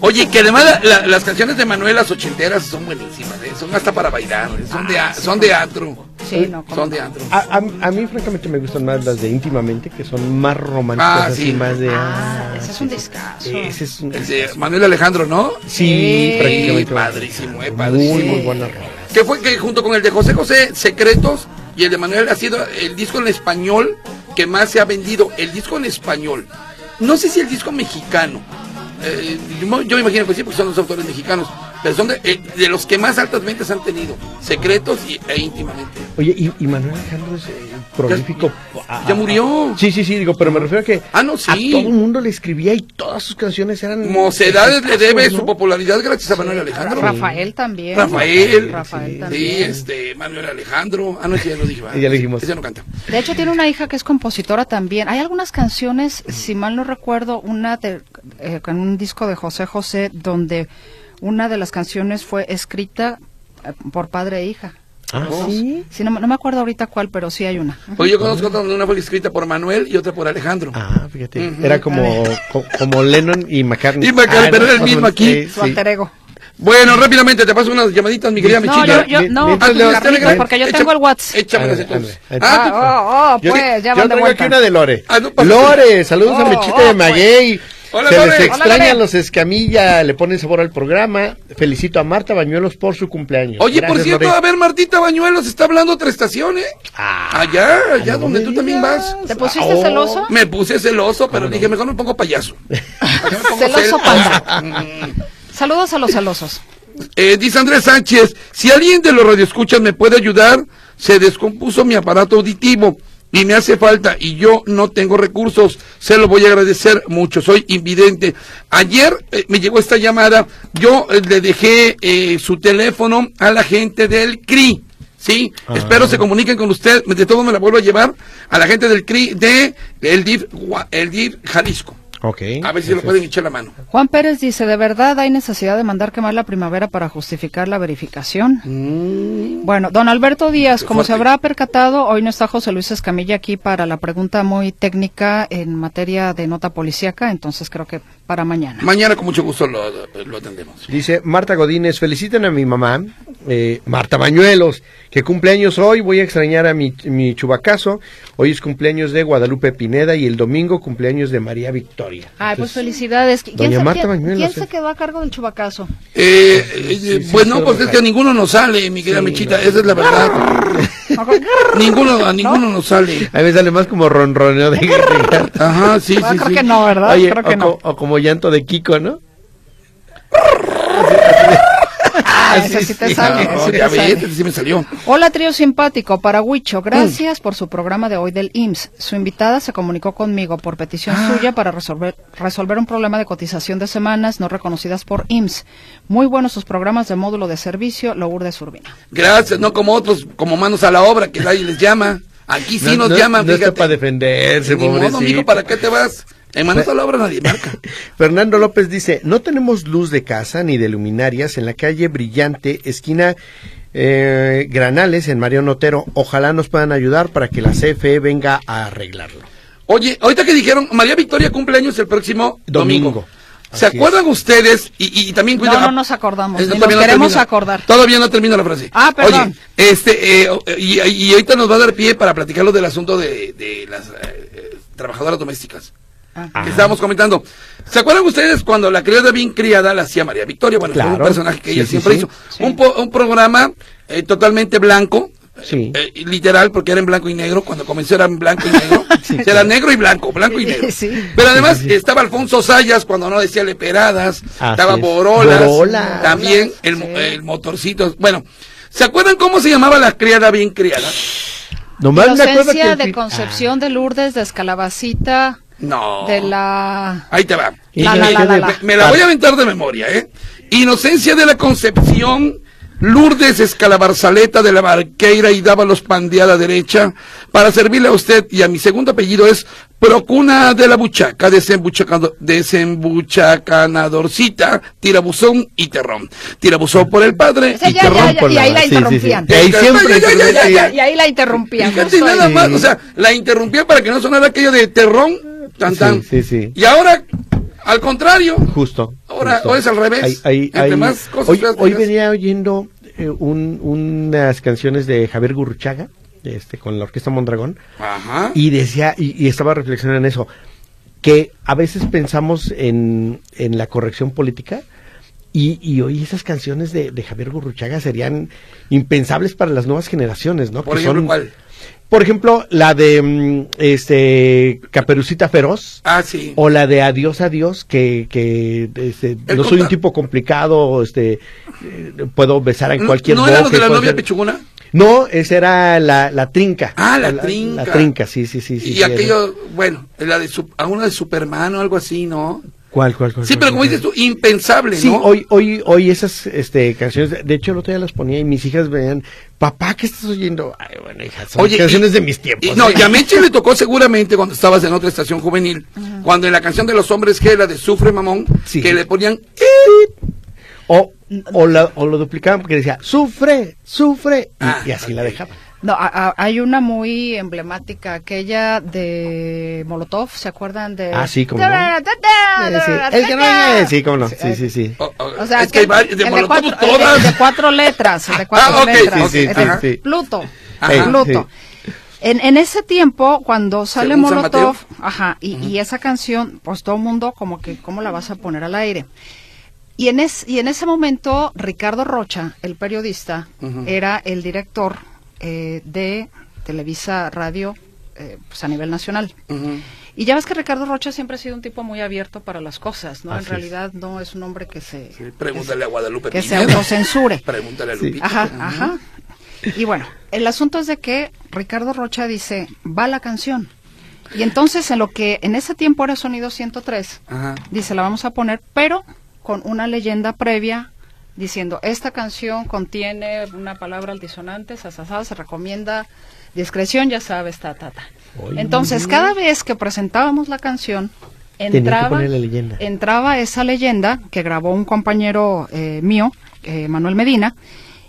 [SPEAKER 2] Oye, que además la- la- las canciones de Manuel, las ochenteras, son buenísimas. ¿eh? Son hasta para bailar. ¿eh? Son, de, a- son de antro.
[SPEAKER 3] Ah, Sí, no, cómo
[SPEAKER 2] Son
[SPEAKER 3] no.
[SPEAKER 2] de antro.
[SPEAKER 4] A, a- a mí, francamente, me gustan más las de íntimamente, que son más románticas,
[SPEAKER 2] Ah,
[SPEAKER 4] así
[SPEAKER 2] sí.
[SPEAKER 4] más de.
[SPEAKER 3] Ah, ese es un discazo.
[SPEAKER 4] Ese es un.
[SPEAKER 2] El de Este, Manuel Alejandro, ¿no?
[SPEAKER 4] Sí,
[SPEAKER 3] Sí,
[SPEAKER 2] Sí,
[SPEAKER 4] prácticamente.
[SPEAKER 2] padrísimo, eh,
[SPEAKER 4] Muy,
[SPEAKER 2] padrísimo.
[SPEAKER 4] muy buena rola.
[SPEAKER 2] Que fue que junto con el de José José, Secretos y el de Manuel ha sido el disco en español que más se ha vendido. El disco en español. No sé si el disco mexicano. eh, yo, yo me imagino que sí, porque son los autores mexicanos. Pero son de, eh, de los que más altas ventas han tenido. Secretos y, e íntimamente.
[SPEAKER 4] Oye, y, y Manuel Alejandro es eh, prolífico.
[SPEAKER 2] ya murió.
[SPEAKER 4] Sí, sí, sí, digo, pero me refiero a que
[SPEAKER 2] Ah, no, sí.
[SPEAKER 4] a todo el mundo le escribía y todas sus canciones eran.
[SPEAKER 2] Mocedades le debe
[SPEAKER 4] ¿no?
[SPEAKER 2] su popularidad gracias a Manuel Alejandro.
[SPEAKER 3] Rafael también.
[SPEAKER 2] Rafael.
[SPEAKER 3] Rafael
[SPEAKER 2] sí,
[SPEAKER 3] también.
[SPEAKER 2] este, Manuel Alejandro. Ah, no, ese ya lo dije. ¿verdad?
[SPEAKER 4] Ya lo dijimos.
[SPEAKER 2] Ese no canta.
[SPEAKER 3] De hecho, tiene una hija que es compositora también. Hay algunas canciones, si mal no recuerdo, una de, eh, con un disco de José José, donde una de las canciones fue escrita eh, por padre e hija.
[SPEAKER 4] Ah, sí.
[SPEAKER 3] Si no, me- no me acuerdo ahorita cuál, pero sí hay una.
[SPEAKER 2] Porque yo conozco otra donde una fue escrita por Manuel y otra por Alejandro.
[SPEAKER 4] Ah, fíjate.
[SPEAKER 2] Ujú.
[SPEAKER 4] Era como, co- como Lennon y McCartney.
[SPEAKER 2] Y McCartney,
[SPEAKER 4] Ah,
[SPEAKER 2] pero era
[SPEAKER 4] no,
[SPEAKER 2] el
[SPEAKER 4] más o
[SPEAKER 2] mismo
[SPEAKER 4] menos,
[SPEAKER 2] aquí.
[SPEAKER 4] eh,
[SPEAKER 3] Su
[SPEAKER 4] sí.
[SPEAKER 3] alter ego.
[SPEAKER 2] Bueno, rápidamente te paso unas llamaditas, mi querida
[SPEAKER 4] No,
[SPEAKER 2] Michita.
[SPEAKER 3] yo- yo- no,
[SPEAKER 2] Ah, ¿tú
[SPEAKER 4] Leo,
[SPEAKER 2] tienes
[SPEAKER 4] Carlita,
[SPEAKER 2] Telegram?
[SPEAKER 3] porque yo
[SPEAKER 2] Echa-
[SPEAKER 3] tengo el WhatsApp.
[SPEAKER 2] Échame las
[SPEAKER 4] Ándale,
[SPEAKER 2] entonces.
[SPEAKER 4] ándale.
[SPEAKER 2] Ah, tú-
[SPEAKER 3] Ah, oh, oh,
[SPEAKER 4] Yo-
[SPEAKER 3] pues, ya van
[SPEAKER 4] yo
[SPEAKER 3] de
[SPEAKER 4] traigo aquí
[SPEAKER 3] vuelta.
[SPEAKER 4] una de Lore.
[SPEAKER 2] Ah, no, pasa.
[SPEAKER 4] Lore, saludos
[SPEAKER 3] Oh,
[SPEAKER 4] a Mechita
[SPEAKER 3] oh,
[SPEAKER 4] de Maguey.
[SPEAKER 2] Hola,
[SPEAKER 4] Se
[SPEAKER 2] Lore.
[SPEAKER 4] les
[SPEAKER 2] Hola,
[SPEAKER 4] extrañan
[SPEAKER 3] Lore.
[SPEAKER 4] los escamilla, le ponen sabor al programa. Felicito a Marta Bañuelos por su cumpleaños.
[SPEAKER 2] Oye, por
[SPEAKER 4] Gracias,
[SPEAKER 2] cierto,
[SPEAKER 4] Lore.
[SPEAKER 2] a ver, Martita Bañuelos está hablando otra estación, ¿eh?
[SPEAKER 4] Ah,
[SPEAKER 2] Allá, allá
[SPEAKER 4] no
[SPEAKER 2] donde
[SPEAKER 4] me
[SPEAKER 2] tú también
[SPEAKER 4] digas. Ah,
[SPEAKER 2] vas.
[SPEAKER 3] ¿Te pusiste celoso?
[SPEAKER 2] Me puse celoso, pero dije, mejor me pongo payaso. Acá me pongo
[SPEAKER 3] Celoso
[SPEAKER 2] cel-
[SPEAKER 3] panda.
[SPEAKER 2] Mm.
[SPEAKER 3] Saludos a los celosos.
[SPEAKER 2] Eh, dice Andrés Sánchez, si alguien de los radioescuchas me puede ayudar, se descompuso mi aparato auditivo y me hace falta y yo no tengo recursos, se lo voy a agradecer mucho, soy invidente. Ayer eh, me llegó esta llamada, yo eh, le dejé eh, su teléfono a la gente del CRI. Sí, espero se comuniquen con usted, de todo me la vuelvo a llevar a la gente del CRI de el DIF, Gua- el DIF Jalisco.
[SPEAKER 4] ok.
[SPEAKER 2] A ver si lo pueden echar la mano.
[SPEAKER 3] Juan Pérez dice, ¿de verdad hay necesidad de mandar quemar la primavera para justificar la verificación? Bueno, don Alberto Díaz,
[SPEAKER 2] Mm. Qué
[SPEAKER 3] como se
[SPEAKER 2] fuerte.
[SPEAKER 3] habrá percatado, hoy no está José Luis Escamilla aquí para la pregunta muy técnica en materia de nota policíaca, entonces creo que para mañana.
[SPEAKER 2] Mañana con mucho gusto lo, lo atendemos.
[SPEAKER 4] Dice Marta Godínez, feliciten a mi mamá, eh, Marta Bañuelos, que cumpleaños hoy, voy a extrañar a mi, mi chubacazo, hoy es cumpleaños de Guadalupe Pineda y el domingo cumpleaños de María Victoria.
[SPEAKER 3] Ay, pues
[SPEAKER 4] Entonces,
[SPEAKER 3] felicidades. ¿Qui-
[SPEAKER 4] doña
[SPEAKER 3] se-
[SPEAKER 4] Marta Bañuelos,
[SPEAKER 3] quién
[SPEAKER 4] eh.
[SPEAKER 3] se quedó a cargo del chubacazo?
[SPEAKER 2] Eh, eh,
[SPEAKER 4] sí,
[SPEAKER 2] pues
[SPEAKER 4] sí,
[SPEAKER 2] no,
[SPEAKER 4] sí,
[SPEAKER 2] porque es que
[SPEAKER 4] ojalá.
[SPEAKER 2] a ninguno nos sale, mi querida Michita, esa es la verdad.
[SPEAKER 3] No, con-
[SPEAKER 2] ninguno, a ninguno nos sale.
[SPEAKER 4] A mí me sale más como ronroneo de...
[SPEAKER 2] Ajá, sí,
[SPEAKER 3] Ah,
[SPEAKER 2] sí,
[SPEAKER 3] creo
[SPEAKER 2] sí.
[SPEAKER 3] que no, ¿verdad?
[SPEAKER 4] Oye,
[SPEAKER 3] creo
[SPEAKER 4] o,
[SPEAKER 3] que no.
[SPEAKER 4] co- o como llanto de Kiko, ¿no?
[SPEAKER 3] Ah, ese sí te
[SPEAKER 2] Sí,
[SPEAKER 3] sale,
[SPEAKER 2] no,
[SPEAKER 3] ese sí te
[SPEAKER 2] ya
[SPEAKER 3] sale.
[SPEAKER 2] ves, ese sí me salió.
[SPEAKER 3] Hola, trío simpático para Huicho. Gracias por su programa de hoy del IMSS. Su invitada se comunicó conmigo por petición
[SPEAKER 2] Ah.
[SPEAKER 3] suya para resolver, resolver un problema de cotización de semanas no reconocidas por IMSS. Muy buenos sus programas de módulo de servicio, Lourdes Urbina.
[SPEAKER 2] Gracias, no como otros, como manos a la obra, que nadie les llama. Aquí sí nos llaman,
[SPEAKER 4] No está
[SPEAKER 2] fíjate.
[SPEAKER 4] para defenderse,
[SPEAKER 2] Ni modo, mijo,
[SPEAKER 4] pobrecito.
[SPEAKER 2] ¿para qué te vas? En manos a la obra nadie marca.
[SPEAKER 4] Fernando López dice, no tenemos luz de casa ni de luminarias en la calle Brillante, esquina eh, Granales, en Mariano Otero. Ojalá nos puedan ayudar para que la CFE venga a arreglarlo.
[SPEAKER 2] Oye, ahorita que dijeron, María Victoria cumpleaños el próximo domingo.
[SPEAKER 4] Domingo.
[SPEAKER 2] ¿Se
[SPEAKER 4] Así
[SPEAKER 2] acuerdan ustedes? Y, y también
[SPEAKER 3] No, no nos acordamos, ni
[SPEAKER 2] todavía
[SPEAKER 3] nos queremos
[SPEAKER 2] termino.
[SPEAKER 3] acordar.
[SPEAKER 2] Todavía no termino la frase.
[SPEAKER 3] Ah, perdón.
[SPEAKER 2] Oye, este, eh, y, y ahorita nos va a dar pie para platicarlo del asunto de, de las eh, eh, trabajadoras domésticas. Que estábamos comentando. ¿Se acuerdan ustedes cuando la criada bien criada la hacía María Victoria? Bueno, fue un
[SPEAKER 4] Claro.
[SPEAKER 2] personaje que
[SPEAKER 4] Sí,
[SPEAKER 2] ella
[SPEAKER 4] sí,
[SPEAKER 2] siempre
[SPEAKER 4] sí.
[SPEAKER 2] hizo. Un, po- un programa eh, totalmente blanco.
[SPEAKER 4] Sí.
[SPEAKER 2] eh, eh, literal, porque era en blanco y negro. Cuando comenzó era en blanco y negro. Era negro y blanco, blanco y negro.
[SPEAKER 3] Sí.
[SPEAKER 2] Pero además estaba Alfonso Sayas cuando no decía leperadas.
[SPEAKER 4] Así
[SPEAKER 2] estaba
[SPEAKER 4] es.
[SPEAKER 2] Borolas.
[SPEAKER 4] Borolas.
[SPEAKER 2] También el,
[SPEAKER 3] Sí.
[SPEAKER 2] el motorcito. Bueno, ¿se acuerdan cómo se llamaba la criada bien criada?
[SPEAKER 4] Nomás me acuerdo que
[SPEAKER 3] Inocencia
[SPEAKER 4] el Ah.
[SPEAKER 3] de
[SPEAKER 4] fin-
[SPEAKER 3] Concepción de Lourdes de Escalabacita
[SPEAKER 2] No.
[SPEAKER 3] de la...
[SPEAKER 2] Ahí te va.
[SPEAKER 4] Y
[SPEAKER 3] La, la, la, la, la.
[SPEAKER 2] Me la voy a aventar de memoria, ¿eh? Inocencia de la Concepción, Lourdes Escalabarzaleta de la Barqueira y Dávalos Pandea a la derecha, para servirle a usted, y a mi segundo apellido es Procuna de la buchaca, desembuchacado- desembuchacanadorcita, tirabuzón y terrón. Tirabuzón por el padre
[SPEAKER 3] Esa
[SPEAKER 2] y
[SPEAKER 3] ya,
[SPEAKER 2] terrón
[SPEAKER 3] ya, ya,
[SPEAKER 2] por
[SPEAKER 3] y
[SPEAKER 2] la
[SPEAKER 3] ahí
[SPEAKER 2] madre.
[SPEAKER 3] la
[SPEAKER 4] Sí, sí, sí.
[SPEAKER 3] interrumpían.
[SPEAKER 4] Y ahí siempre-
[SPEAKER 2] Ya, ya, ya, ya,
[SPEAKER 3] Y ahí la interrumpían.
[SPEAKER 2] Fíjate
[SPEAKER 3] justo
[SPEAKER 2] nada
[SPEAKER 3] ahí.
[SPEAKER 2] más, o sea, la interrumpía para que no sonara aquello de terrón, tan
[SPEAKER 4] Sí,
[SPEAKER 2] tan.
[SPEAKER 4] sí, sí.
[SPEAKER 2] Y ahora, al contrario,
[SPEAKER 4] Justo.
[SPEAKER 2] Ahora-
[SPEAKER 4] justo.
[SPEAKER 2] ahora es al revés.
[SPEAKER 4] Ahí- ahí-
[SPEAKER 2] Entre
[SPEAKER 4] ahí-
[SPEAKER 2] más cosas
[SPEAKER 4] hoy,
[SPEAKER 2] feas
[SPEAKER 4] hoy
[SPEAKER 2] tengas.
[SPEAKER 4] venía oyendo eh, un- unas canciones de Javier Gurruchaga, este, con la Orquesta Mondragón,
[SPEAKER 2] ajá,
[SPEAKER 4] y decía, y, y estaba reflexionando en eso, que a veces pensamos en, en la corrección política. Y, y hoy esas canciones de, de Javier Gurruchaga serían impensables para las nuevas generaciones, ¿no?
[SPEAKER 2] por
[SPEAKER 4] Que
[SPEAKER 2] ejemplo,
[SPEAKER 4] son-
[SPEAKER 2] ¿cuál?
[SPEAKER 4] Por ejemplo, la de mm, este Caperucita Feroz.
[SPEAKER 2] Ah, sí.
[SPEAKER 4] O la de adiós, adiós, que, que este,
[SPEAKER 2] El
[SPEAKER 4] no soy
[SPEAKER 2] conta-
[SPEAKER 4] un tipo complicado, este, eh, puedo besar a
[SPEAKER 2] ¿No-
[SPEAKER 4] cualquier
[SPEAKER 2] Mm, ¿No era lo
[SPEAKER 4] boca
[SPEAKER 2] de
[SPEAKER 4] y
[SPEAKER 2] la
[SPEAKER 4] puedo
[SPEAKER 2] novia
[SPEAKER 4] hacer-
[SPEAKER 2] pechugona?
[SPEAKER 4] No, esa era la, la trinca.
[SPEAKER 2] Ah, la trinca.
[SPEAKER 4] La trinca, sí, sí, sí. sí,
[SPEAKER 2] y
[SPEAKER 4] sí, era.
[SPEAKER 2] aquello, bueno, la de su- a una de Superman o algo así, ¿no?
[SPEAKER 4] ¿Cuál, cuál, cuál?
[SPEAKER 2] Sí,
[SPEAKER 4] cuál,
[SPEAKER 2] pero como
[SPEAKER 4] cuál?
[SPEAKER 2] dices tú, impensable,
[SPEAKER 4] Sí,
[SPEAKER 2] ¿no?
[SPEAKER 4] hoy, hoy, hoy esas este, canciones, de hecho el otro día las ponía y mis hijas veían, papá, ¿qué estás oyendo? Ay, bueno, hija, son
[SPEAKER 2] Oye,
[SPEAKER 4] canciones
[SPEAKER 2] y-
[SPEAKER 4] de mis tiempos.
[SPEAKER 2] y no,
[SPEAKER 4] ¿eh?
[SPEAKER 2] y a Meche le tocó seguramente cuando estabas en otra estación juvenil, cuando en la canción de los hombres que la de Sufre Mamón,
[SPEAKER 4] Sí.
[SPEAKER 2] que le ponían
[SPEAKER 4] O, o, la- o lo duplicaban porque decía, sufre, sufre, y,
[SPEAKER 2] Ah,
[SPEAKER 4] y así la
[SPEAKER 2] ok.
[SPEAKER 4] dejaban.
[SPEAKER 3] No, a- a- hay una muy emblemática, aquella de Molotov, ¿se acuerdan de?
[SPEAKER 4] Ah, sí, cómo no. Eh, sí.
[SPEAKER 3] El
[SPEAKER 4] El que no es, sí, cómo no, sí, sí, sí.
[SPEAKER 2] O- o-
[SPEAKER 3] O sea,
[SPEAKER 2] es que hay varias, de
[SPEAKER 3] el
[SPEAKER 2] Molotov
[SPEAKER 3] cuatro,
[SPEAKER 2] todas.
[SPEAKER 3] el de cuatro letras, el de cuatro
[SPEAKER 2] Ah, ok,
[SPEAKER 3] letras.
[SPEAKER 2] sí, sí,
[SPEAKER 3] Ese es
[SPEAKER 2] ajá.
[SPEAKER 4] sí.
[SPEAKER 3] Pluto,
[SPEAKER 2] Ajá.
[SPEAKER 3] Pluto. En, en ese tiempo, cuando sale
[SPEAKER 2] Según San
[SPEAKER 3] Molotov,
[SPEAKER 2] Mateo.
[SPEAKER 3] ajá, y, y esa canción, pues todo el mundo como que, ¿cómo la vas a poner al aire? Y en, es, y en ese momento, Ricardo Rocha, el periodista,
[SPEAKER 2] Ujú.
[SPEAKER 3] era el director eh, de Televisa Radio eh, pues a nivel nacional.
[SPEAKER 2] Ujú.
[SPEAKER 3] Y ya ves que Ricardo Rocha siempre ha sido un tipo muy abierto para las cosas, ¿no?
[SPEAKER 4] Así
[SPEAKER 3] en
[SPEAKER 4] es.
[SPEAKER 3] realidad no es un hombre que se...
[SPEAKER 2] Sí, pregúntale a Guadalupe
[SPEAKER 3] que se
[SPEAKER 2] Pineda.
[SPEAKER 3] autocensure.
[SPEAKER 2] Pregúntale a
[SPEAKER 4] Sí.
[SPEAKER 2] Lupita.
[SPEAKER 3] Ajá,
[SPEAKER 2] Ujú.
[SPEAKER 3] ajá. Y bueno, el asunto es de que Ricardo Rocha dice, va la canción. Y entonces en lo que en ese tiempo era sonido 103,
[SPEAKER 2] Ajá.
[SPEAKER 3] dice, la vamos a poner, pero con una leyenda previa diciendo, esta canción contiene una palabra altisonante, sasasá, se recomienda discreción, ya sabes, ta, ta, ta.
[SPEAKER 4] Oye.
[SPEAKER 3] Entonces, cada vez que presentábamos la canción,
[SPEAKER 4] que
[SPEAKER 3] entraba,
[SPEAKER 4] poner la leyenda.
[SPEAKER 3] entraba esa leyenda que grabó un compañero eh, mío, eh, Manuel Medina,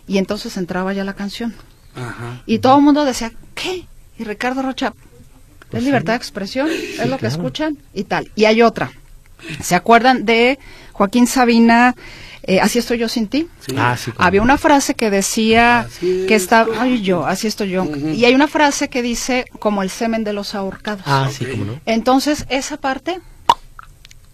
[SPEAKER 3] y entonces entraba ya la canción.
[SPEAKER 2] Ajá.
[SPEAKER 3] Y todo el mundo decía, ¿qué? Y Ricardo Rocha, es libertad de expresión, es lo que
[SPEAKER 4] Pues claro.
[SPEAKER 3] escuchan y tal. Y hay otra. ¿Se acuerdan de Joaquín Sabina, eh, Así estoy yo sin ti?
[SPEAKER 2] Sí.
[SPEAKER 4] Ah, sí. cómo
[SPEAKER 3] Había
[SPEAKER 4] no.
[SPEAKER 3] una frase que decía
[SPEAKER 2] Así
[SPEAKER 3] que estaba,
[SPEAKER 2] estoy.
[SPEAKER 3] ay yo, así estoy yo.
[SPEAKER 2] Ujú.
[SPEAKER 3] Y hay una frase que dice como el semen de los ahorcados.
[SPEAKER 4] Ah, sí,
[SPEAKER 2] Ok.
[SPEAKER 4] cómo no.
[SPEAKER 3] Entonces, esa parte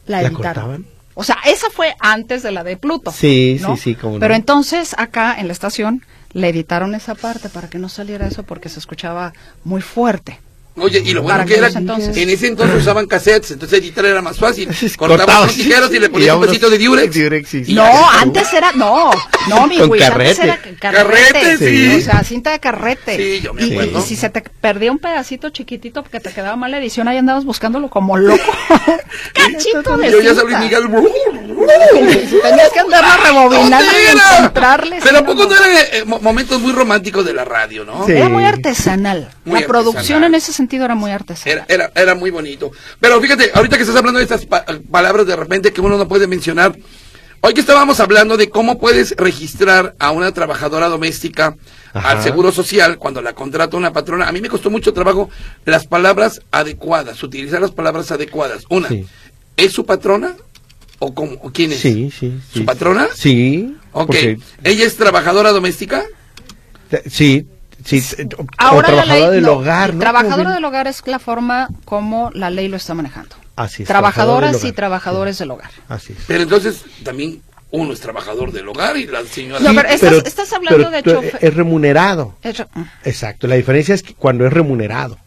[SPEAKER 3] la
[SPEAKER 4] ¿La
[SPEAKER 3] editaron.
[SPEAKER 4] cortaban?
[SPEAKER 3] o sea, esa fue antes de la de Pluto.
[SPEAKER 4] Sí,
[SPEAKER 3] ¿no?
[SPEAKER 4] sí, sí, cómo no.
[SPEAKER 3] Pero entonces acá en la estación le editaron esa parte para que no saliera eso porque se escuchaba muy fuerte.
[SPEAKER 2] Oye, y lo bueno
[SPEAKER 3] Para
[SPEAKER 2] que era,
[SPEAKER 3] aquellos entonces.
[SPEAKER 2] en ese entonces usaban cassettes, entonces editar era más fácil. Cortabas
[SPEAKER 4] Cortabas.
[SPEAKER 2] los tijeros y le
[SPEAKER 4] Y
[SPEAKER 2] ponías un
[SPEAKER 4] vámonos.
[SPEAKER 2] besito de diurex.
[SPEAKER 4] Diurex, sí, sí.
[SPEAKER 2] Y
[SPEAKER 3] No,
[SPEAKER 2] ya.
[SPEAKER 3] antes era, no, no, mi
[SPEAKER 4] Con
[SPEAKER 3] güey, antes
[SPEAKER 4] carrete.
[SPEAKER 3] era carrete,
[SPEAKER 2] Carrete, sí.
[SPEAKER 3] o sea, cinta de carrete.
[SPEAKER 2] Sí, yo me
[SPEAKER 3] Y- y-
[SPEAKER 2] acuerdo.
[SPEAKER 3] Y, si se te perdía un pedacito chiquitito porque te quedaba mala edición, ahí andabas buscándolo como loco. Cachito de
[SPEAKER 2] Yo ya
[SPEAKER 3] cinta.
[SPEAKER 2] sabía Miguel.
[SPEAKER 3] Tenías que andarlo rebobinando
[SPEAKER 2] ¿Dónde
[SPEAKER 3] y
[SPEAKER 2] era?
[SPEAKER 3] encontrarle.
[SPEAKER 2] Pero
[SPEAKER 3] sí,
[SPEAKER 2] ¿a poco
[SPEAKER 3] no,
[SPEAKER 2] no eran eh, mo- momentos muy románticos de la radio, no?
[SPEAKER 4] Sí.
[SPEAKER 3] Era muy artesanal.
[SPEAKER 2] Muy
[SPEAKER 3] la producción
[SPEAKER 2] artesanal.
[SPEAKER 3] en ese sentido era muy artesanal.
[SPEAKER 2] Era, era, era muy bonito. Pero fíjate, ahorita que estás hablando de estas pa- palabras de repente que uno no puede mencionar, hoy que estábamos hablando de cómo puedes registrar a una trabajadora doméstica al
[SPEAKER 4] Ajá.
[SPEAKER 2] Seguro Social cuando la contrata una patrona, a mí me costó mucho trabajo las palabras adecuadas, utilizar las palabras adecuadas. Una,
[SPEAKER 4] Sí.
[SPEAKER 2] ¿es su patrona o, cómo, o quién es?
[SPEAKER 4] Sí, sí,
[SPEAKER 2] ¿Su
[SPEAKER 4] sí.
[SPEAKER 2] patrona?
[SPEAKER 4] Sí.
[SPEAKER 2] Ok.
[SPEAKER 4] porque
[SPEAKER 2] ¿Ella es trabajadora doméstica?
[SPEAKER 4] te- Sí, sí. t- o
[SPEAKER 3] la
[SPEAKER 4] trabajadora
[SPEAKER 3] ley-
[SPEAKER 4] del
[SPEAKER 3] no,
[SPEAKER 4] hogar, ¿no?
[SPEAKER 3] Trabajadora
[SPEAKER 4] Como
[SPEAKER 3] del
[SPEAKER 4] bien-
[SPEAKER 3] hogar es la forma como la ley lo está manejando.
[SPEAKER 4] Así es,
[SPEAKER 3] Trabajadoras
[SPEAKER 4] trabajadora del
[SPEAKER 3] y
[SPEAKER 4] hogar.
[SPEAKER 3] trabajadores del hogar.
[SPEAKER 4] Así es.
[SPEAKER 2] Pero entonces también uno es trabajador del hogar y la señora...
[SPEAKER 3] No, pero estás- estás hablando de
[SPEAKER 4] tú-
[SPEAKER 3] chofer.
[SPEAKER 4] Es remunerado.
[SPEAKER 3] Eso-
[SPEAKER 4] Exacto. La diferencia es que cuando es remunerado.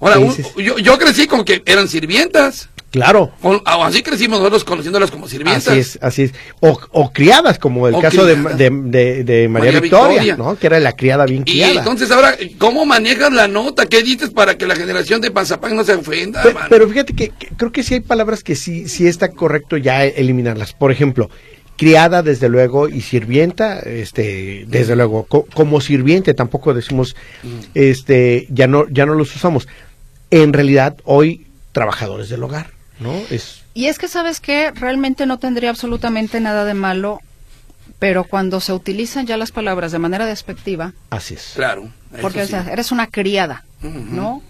[SPEAKER 2] Ahora,
[SPEAKER 4] ¿Qué
[SPEAKER 2] un-
[SPEAKER 4] dices?
[SPEAKER 2] yo, yo crecí con que eran sirvientas.
[SPEAKER 4] Claro.
[SPEAKER 2] Con- ah, así crecimos nosotros conociéndolas como sirvientas.
[SPEAKER 4] Así es, así es. O, o criadas, como el
[SPEAKER 2] O
[SPEAKER 4] caso de,
[SPEAKER 2] criadas.
[SPEAKER 4] de- de- de María,
[SPEAKER 2] María
[SPEAKER 4] Victoria,
[SPEAKER 2] Victoria.
[SPEAKER 4] ¿no? Que era la criada bien
[SPEAKER 2] Y
[SPEAKER 4] criada.
[SPEAKER 2] entonces ahora, ¿cómo manejas la nota? ¿Qué dices para que la generación de Panzapán no se ofenda?
[SPEAKER 4] Pe-
[SPEAKER 2] mano?
[SPEAKER 4] Pero fíjate que, que creo que sí hay palabras que sí, sí está correcto ya e- eliminarlas. Por ejemplo, criada, desde luego, y sirvienta, este, desde luego, co- como sirviente
[SPEAKER 2] Mm.
[SPEAKER 4] tampoco decimos, este, ya no, ya no los usamos. En realidad, hoy trabajadores del hogar, ¿no? Es
[SPEAKER 3] Y es que sabes que realmente no tendría absolutamente nada de malo, pero cuando se utilizan ya las palabras de manera despectiva,
[SPEAKER 4] así es.
[SPEAKER 2] Claro. eso
[SPEAKER 3] porque o
[SPEAKER 2] sí.
[SPEAKER 3] sea, eres una criada,
[SPEAKER 2] Ujú.
[SPEAKER 3] ¿no?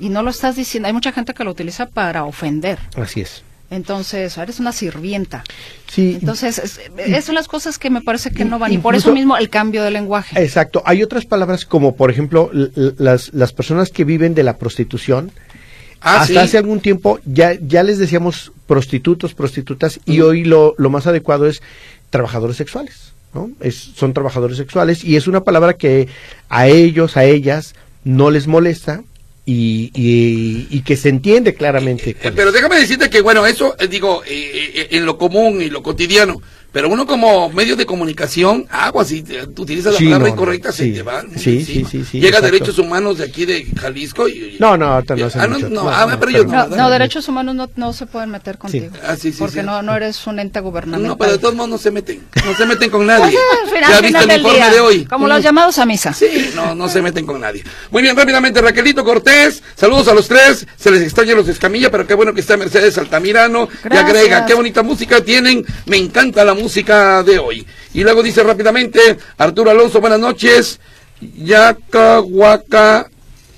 [SPEAKER 3] Y no lo estás diciendo, hay mucha gente que lo utiliza para ofender.
[SPEAKER 4] Así es.
[SPEAKER 3] Entonces, eres una sirvienta.
[SPEAKER 4] Sí.
[SPEAKER 3] Entonces, es- esas son las cosas que me parece que no van. Y por
[SPEAKER 4] Incluso-
[SPEAKER 3] eso mismo el cambio de lenguaje.
[SPEAKER 4] Exacto. Hay otras palabras como, por ejemplo, l- l- las, las personas que viven de la prostitución.
[SPEAKER 2] Ah,
[SPEAKER 4] Hasta
[SPEAKER 2] sí.
[SPEAKER 4] hace algún tiempo ya, ya les decíamos prostitutos, prostitutas, y hoy lo, lo más adecuado es trabajadores sexuales. ¿no? Es, son trabajadores sexuales y es una palabra que a ellos, a ellas, no les molesta y, y- y que se entiende claramente.
[SPEAKER 2] Eh,
[SPEAKER 4] cuál
[SPEAKER 2] pero
[SPEAKER 4] es.
[SPEAKER 2] déjame decirte que, bueno, eso, eh, digo, eh, eh, en lo común y lo cotidiano, pero uno como medios de comunicación, agua, si te- tú utilizas la
[SPEAKER 4] Sí,
[SPEAKER 2] palabra
[SPEAKER 4] no, no,
[SPEAKER 2] incorrecta, se
[SPEAKER 4] sí.
[SPEAKER 2] te van.
[SPEAKER 4] Sí,
[SPEAKER 2] encima.
[SPEAKER 4] sí, sí, sí,
[SPEAKER 2] Llega
[SPEAKER 4] exacto.
[SPEAKER 2] Derechos Humanos de aquí de Jalisco y...
[SPEAKER 4] No, no, ahorita no hacen
[SPEAKER 2] Ah, no,
[SPEAKER 4] mucho.
[SPEAKER 2] no,
[SPEAKER 4] No,
[SPEAKER 2] ah,
[SPEAKER 4] no,
[SPEAKER 2] pero ellos
[SPEAKER 3] No,
[SPEAKER 4] pero-
[SPEAKER 2] no,
[SPEAKER 3] no,
[SPEAKER 2] ¿verdad?
[SPEAKER 3] derechos humanos no, no se pueden meter contigo.
[SPEAKER 2] Ah, sí, sí,
[SPEAKER 3] porque
[SPEAKER 2] sí.
[SPEAKER 3] No, no eres un ente gubernamental.
[SPEAKER 2] No, pero de todos modos no se meten, no se meten con nadie.
[SPEAKER 3] Pues, eh, final-
[SPEAKER 2] ya viste
[SPEAKER 3] final
[SPEAKER 2] el
[SPEAKER 3] del
[SPEAKER 2] informe
[SPEAKER 3] día,
[SPEAKER 2] de hoy.
[SPEAKER 3] Como los
[SPEAKER 2] Mm.
[SPEAKER 3] llamados a misa.
[SPEAKER 2] Sí, no, no se meten con nadie. Muy bien, rápidamente, Raquelito Cortés, saludos a los tres, se les extraña los de Escamilla, pero qué bueno que está Mercedes Altamirano, y
[SPEAKER 3] Gracias.
[SPEAKER 2] agrega, qué bonita música tienen, me encanta la música de hoy. Y luego dice rápidamente, Arturo Alonso, buenas noches, Yaca, Huaca,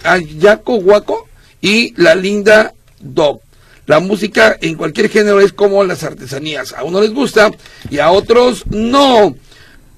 [SPEAKER 2] Ayaco, Huaco, y la linda Doc. La música en cualquier género es como las artesanías, a uno les gusta y a otros no.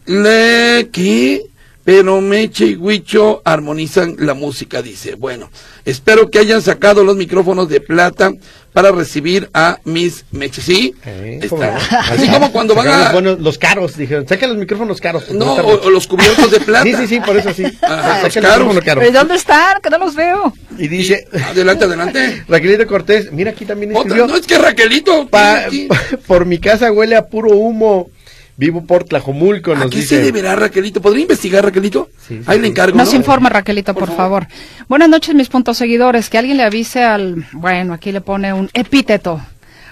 [SPEAKER 2] Le que pero Meche y Huicho armonizan la música, dice. Bueno, espero que hayan sacado los micrófonos de plata para recibir a mis Meche. Sí,
[SPEAKER 4] Eh, ¿cómo
[SPEAKER 2] está.
[SPEAKER 4] no?
[SPEAKER 2] Así como cuando van
[SPEAKER 4] Sacaron
[SPEAKER 2] a.
[SPEAKER 4] los, buenos- los caros, dijeron, saca los micrófonos caros. porque
[SPEAKER 2] No,
[SPEAKER 4] están-
[SPEAKER 2] o, o los cubiertos de plata.
[SPEAKER 4] Sí, sí, sí, por eso sí.
[SPEAKER 2] Ajá,
[SPEAKER 4] Saca el
[SPEAKER 2] caros.
[SPEAKER 4] micrófono caro.
[SPEAKER 3] ¿Pero ¿y dónde están? Que no los veo.
[SPEAKER 4] Y dice,
[SPEAKER 2] Adelante, adelante.
[SPEAKER 4] Raquelito Cortés, mira aquí también
[SPEAKER 2] Otra,
[SPEAKER 4] escribió,
[SPEAKER 2] no es que Raquelito.
[SPEAKER 4] "Pa-
[SPEAKER 2] tiene aquí-
[SPEAKER 4] por mi casa huele a puro humo, vivo por Tlajomulco,
[SPEAKER 2] ¿A
[SPEAKER 4] nos
[SPEAKER 2] qué se
[SPEAKER 4] dice.
[SPEAKER 2] deberá Raquelito? ¿Podría investigar Raquelito?
[SPEAKER 4] Sí, sí,
[SPEAKER 2] Ahí le
[SPEAKER 4] sí.
[SPEAKER 2] encargo.
[SPEAKER 3] Nos
[SPEAKER 2] ¿no?
[SPEAKER 3] informa Raquelita, por, favor. Buenas noches, mis puntos seguidores. Que alguien le avise al, bueno, aquí le pone un epíteto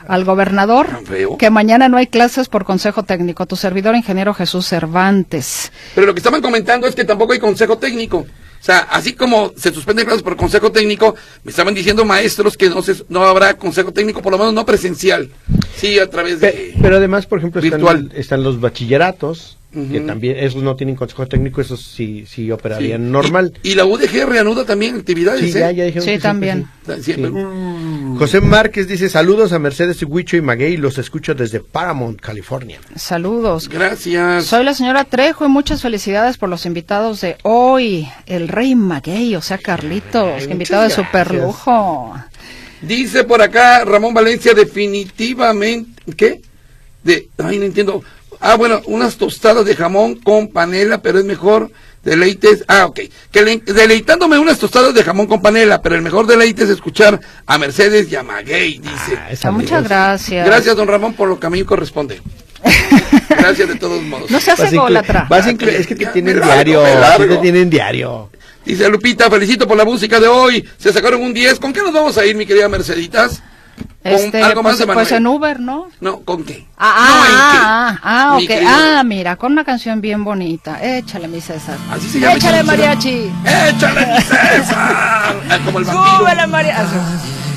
[SPEAKER 3] al gobernador
[SPEAKER 2] Tan feo.
[SPEAKER 3] que mañana no hay clases por consejo técnico. Tu servidor, ingeniero Jesús Cervantes.
[SPEAKER 2] Pero lo que estaban comentando es que tampoco hay consejo técnico. O sea, así como se suspenden clases por consejo técnico, me estaban diciendo maestros que no, se, no habrá consejo técnico, por lo menos no presencial. Sí, a través
[SPEAKER 4] Pe-
[SPEAKER 2] de...
[SPEAKER 4] pero además, por ejemplo, están,
[SPEAKER 2] Virtual.
[SPEAKER 4] están los bachilleratos, que
[SPEAKER 2] Ujú.
[SPEAKER 4] también, esos no tienen consejo técnico, esos sí, sí
[SPEAKER 2] Sí.
[SPEAKER 4] operarían normal.
[SPEAKER 2] Y, y la UDG reanuda también actividades.
[SPEAKER 4] Sí,
[SPEAKER 2] ¿eh?
[SPEAKER 4] ya, ya dijeron
[SPEAKER 3] Sí,
[SPEAKER 4] que
[SPEAKER 3] también.
[SPEAKER 4] sí.
[SPEAKER 2] Siempre.
[SPEAKER 4] Sí. José Márquez dice, saludos a Mercedes Huicho y Maguey, los escucho desde Paramount, California.
[SPEAKER 3] Saludos.
[SPEAKER 2] Gracias.
[SPEAKER 3] Soy la señora Trejo y muchas felicidades por los invitados de hoy. El rey Maguey, o sea, Carlitos, que invitado de
[SPEAKER 4] muchas
[SPEAKER 3] super
[SPEAKER 4] gracias.
[SPEAKER 3] lujo.
[SPEAKER 2] Dice por acá Ramón Valencia definitivamente... ¿Qué? De... Ay, no entiendo. Ah, bueno, unas tostadas de jamón con panela, pero es mejor deleites... Ah, ok. Que le- deleitándome unas tostadas de jamón con panela, pero el mejor deleite es escuchar a Mercedes y a Maguey, dice.
[SPEAKER 4] Ah, esa
[SPEAKER 3] Muchas
[SPEAKER 4] amiga.
[SPEAKER 3] gracias.
[SPEAKER 2] Gracias, don Ramón, por lo que a mí corresponde. Gracias de todos modos.
[SPEAKER 3] No se
[SPEAKER 4] Vas a
[SPEAKER 3] hace
[SPEAKER 4] inclu-
[SPEAKER 3] golatra.
[SPEAKER 4] vas a inclu- es que te
[SPEAKER 2] Ya,
[SPEAKER 4] tienen
[SPEAKER 2] me largo,
[SPEAKER 4] diario,
[SPEAKER 2] me
[SPEAKER 4] a ti te
[SPEAKER 2] largo.
[SPEAKER 4] tienen diario.
[SPEAKER 2] Dice Lupita, felicito por la música de hoy. Se sacaron un 10. ¿Con qué nos vamos a ir, mi querida Merceditas? ¿Con
[SPEAKER 3] Este,
[SPEAKER 2] algo más
[SPEAKER 3] pues,
[SPEAKER 2] de
[SPEAKER 3] pues en
[SPEAKER 2] Manuel?
[SPEAKER 3] Uber, ¿no?
[SPEAKER 2] No, ¿con qué?
[SPEAKER 3] Ah,
[SPEAKER 2] No, ¿en qué?
[SPEAKER 3] ah, ah, ah,
[SPEAKER 2] Mi
[SPEAKER 3] ok.
[SPEAKER 2] querido-
[SPEAKER 3] Ah, mira, con una canción bien bonita. Échale, mi César.
[SPEAKER 2] Así se llama.
[SPEAKER 3] Échale,
[SPEAKER 2] mi
[SPEAKER 3] mariachi.
[SPEAKER 2] César. Échale, mi César. Ah, Como el vampiro.
[SPEAKER 3] Súbele, mariachi.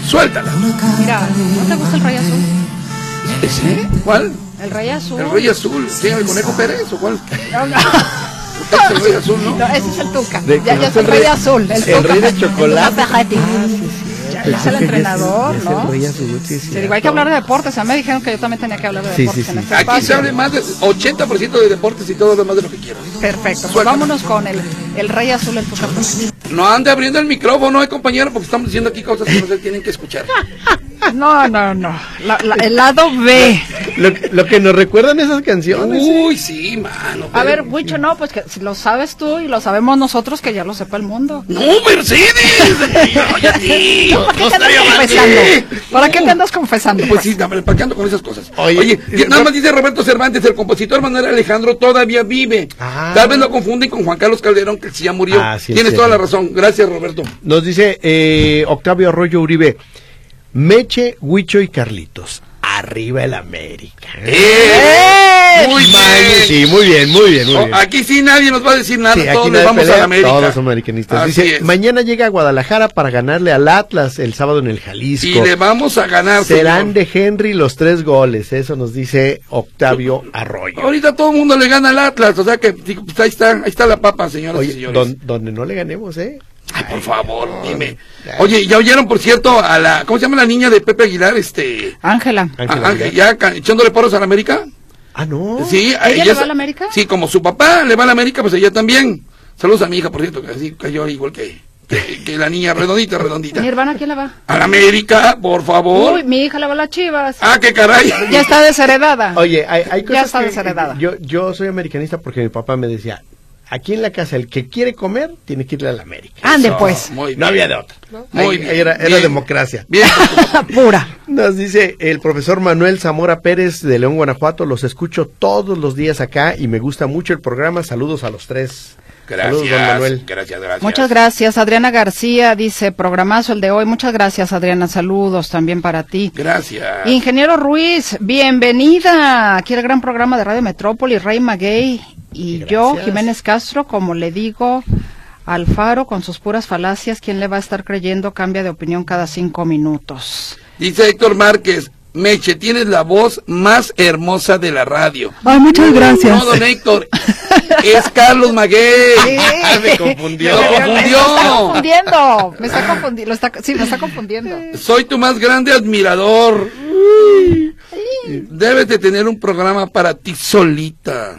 [SPEAKER 2] Suéltala.
[SPEAKER 3] Mira, ¿no te gusta el rey azul?
[SPEAKER 2] ¿Sí? ¿Cuál?
[SPEAKER 3] El rey azul.
[SPEAKER 2] ¿El Rey Azul? ¿Sí, el Conejo Pérez o cuál?
[SPEAKER 3] No, no.
[SPEAKER 2] Es el Rey Azul, ¿no?
[SPEAKER 3] No, ese es el Tuca.
[SPEAKER 4] De-
[SPEAKER 3] Ya, ya es el rey azul. El,
[SPEAKER 4] el
[SPEAKER 3] Tuca.
[SPEAKER 4] rey de chocolate.
[SPEAKER 3] El Tuca Ferretti. Ya, ya es el entrenador, ¿no? Te digo, hay que hablar de deportes. A mí me dijeron que yo también tenía que hablar de
[SPEAKER 4] Sí,
[SPEAKER 3] deportes
[SPEAKER 4] sí,
[SPEAKER 3] en
[SPEAKER 4] sí.
[SPEAKER 3] este
[SPEAKER 2] Aquí se
[SPEAKER 3] espacio.
[SPEAKER 2] hable más de 80% de deportes y todo lo demás de lo que quieras.
[SPEAKER 3] Perfecto. Pues
[SPEAKER 2] Suéltalo.
[SPEAKER 3] vámonos con el, el rey azul, el Tuca Ferretti.
[SPEAKER 2] No ande abriendo el micrófono, eh, compañero, porque estamos diciendo aquí cosas que no se tienen que escuchar.
[SPEAKER 3] No, no, no. La- la- el lado B.
[SPEAKER 4] Lo, lo que nos recuerdan esas canciones. ¿eh?
[SPEAKER 2] Uy, sí, mano.
[SPEAKER 3] A
[SPEAKER 2] pero-
[SPEAKER 3] ver, Wicho, no, pues que si lo sabes tú y lo sabemos nosotros, que ya lo sepa el mundo.
[SPEAKER 2] ¡No, Mercedes! ¡Oye, a ti!
[SPEAKER 3] No, ¿Para qué te
[SPEAKER 2] estaría mal.
[SPEAKER 3] andas confesando?
[SPEAKER 2] Sí.
[SPEAKER 3] ¿Para qué
[SPEAKER 2] No.
[SPEAKER 3] te andas confesando?
[SPEAKER 2] Pues sí, dame, ¿para qué ando con esas cosas?
[SPEAKER 4] Oye,
[SPEAKER 2] Oye,
[SPEAKER 4] dice-
[SPEAKER 2] nada más dice Roberto Cervantes, el compositor Manuel Alejandro todavía vive.
[SPEAKER 4] Ah.
[SPEAKER 2] Tal vez lo confunden con Juan Carlos Calderón, que sí ya murió.
[SPEAKER 4] Ah, sí, es
[SPEAKER 2] Tienes toda la
[SPEAKER 4] cierto.
[SPEAKER 2] razón. Gracias, Roberto.
[SPEAKER 4] Nos dice eh, Octavio Arroyo Uribe, Meche, Huicho y Carlitos. A arriba el América.
[SPEAKER 2] ¡Eh! Muy
[SPEAKER 4] Maño,
[SPEAKER 2] bien.
[SPEAKER 4] sí, muy bien, muy bien, muy
[SPEAKER 2] Oh,
[SPEAKER 4] bien.
[SPEAKER 2] Aquí sí nadie nos va a decir nada,
[SPEAKER 4] Sí, aquí
[SPEAKER 2] todos
[SPEAKER 4] no
[SPEAKER 2] nos
[SPEAKER 4] hay
[SPEAKER 2] vamos
[SPEAKER 4] pelea,
[SPEAKER 2] a la América.
[SPEAKER 4] Todos americanistas.
[SPEAKER 2] Así
[SPEAKER 4] Dice,
[SPEAKER 2] es.
[SPEAKER 4] mañana llega a Guadalajara para ganarle al Atlas el sábado en el Jalisco.
[SPEAKER 2] Y le vamos a ganar.
[SPEAKER 4] Serán
[SPEAKER 2] señor.
[SPEAKER 4] de Henry los tres goles, eso nos dice Octavio Arroyo.
[SPEAKER 2] Ahorita todo el mundo le gana al Atlas, o sea que digo, pues ahí está, ahí está la papa, señoras y
[SPEAKER 4] Oye,
[SPEAKER 2] señores.
[SPEAKER 4] don- donde no le ganemos, ¿eh?
[SPEAKER 2] Ay, por favor, dime.
[SPEAKER 4] Ay.
[SPEAKER 2] Oye, ya oyeron, por cierto, a la, ¿cómo se llama la niña de Pepe Aguilar? Este,
[SPEAKER 3] Ángela.
[SPEAKER 4] Ángela
[SPEAKER 2] a-
[SPEAKER 4] Aguilar.
[SPEAKER 2] Ángel, ya ca- echándole poros a la América.
[SPEAKER 4] Ah, no.
[SPEAKER 2] Sí,
[SPEAKER 3] Oh, ¿Ella le va a la América?
[SPEAKER 2] Sí, como su papá le va a la América, pues ella también. Saludos a mi hija, por cierto, que así cayó igual que, que, que la niña redondita, redondita.
[SPEAKER 3] ¿Mi hermana quién la va?
[SPEAKER 2] A la América, por favor.
[SPEAKER 3] Uy, mi hija la va a las chivas.
[SPEAKER 2] Ah, qué caray.
[SPEAKER 3] Ya está desheredada.
[SPEAKER 4] Oye, hay, hay
[SPEAKER 3] Ya
[SPEAKER 4] cosas
[SPEAKER 3] está
[SPEAKER 4] que-
[SPEAKER 3] desheredada.
[SPEAKER 4] Yo, yo soy americanista porque mi papá me decía, aquí en la casa el que quiere comer tiene que irle a la América.
[SPEAKER 3] Ande
[SPEAKER 2] Eso,
[SPEAKER 3] pues.
[SPEAKER 2] muy
[SPEAKER 4] No
[SPEAKER 2] bien.
[SPEAKER 4] había de otra.
[SPEAKER 2] Muy
[SPEAKER 4] Ahí-
[SPEAKER 2] bien,
[SPEAKER 4] ahí era, era
[SPEAKER 2] bien.
[SPEAKER 4] democracia.
[SPEAKER 2] Bien.
[SPEAKER 3] Pura.
[SPEAKER 4] Nos dice el profesor Manuel Zamora Pérez de León, Guanajuato. Los escucho todos los días acá y me gusta mucho el programa. Saludos a los tres. Saludos, don Manuel.
[SPEAKER 2] Gracias, gracias, gracias.
[SPEAKER 3] Muchas gracias. Adriana García dice, programazo el de hoy. Muchas gracias, Adriana. Saludos también para ti.
[SPEAKER 2] Gracias.
[SPEAKER 3] Ingeniero Ruiz, bienvenida aquí al gran programa de Radio Metrópoli, Rey Maguey y
[SPEAKER 4] Gracias.
[SPEAKER 3] yo, Jiménez Castro, como le digo, Alfaro con sus puras falacias, ¿quién le va a estar creyendo? Cambia de opinión cada cinco minutos.
[SPEAKER 2] Dice Héctor Márquez, Meche, tienes la voz más hermosa de la radio.
[SPEAKER 3] Ay, muchas
[SPEAKER 2] No, don Héctor, es Carlos Maguey.
[SPEAKER 4] Me confundió.
[SPEAKER 2] Lo
[SPEAKER 3] Me está
[SPEAKER 2] confundió.
[SPEAKER 3] confundiendo, me está confundiendo, sí, me está confundiendo.
[SPEAKER 2] Soy tu más grande admirador. Debes de tener un programa para ti solita.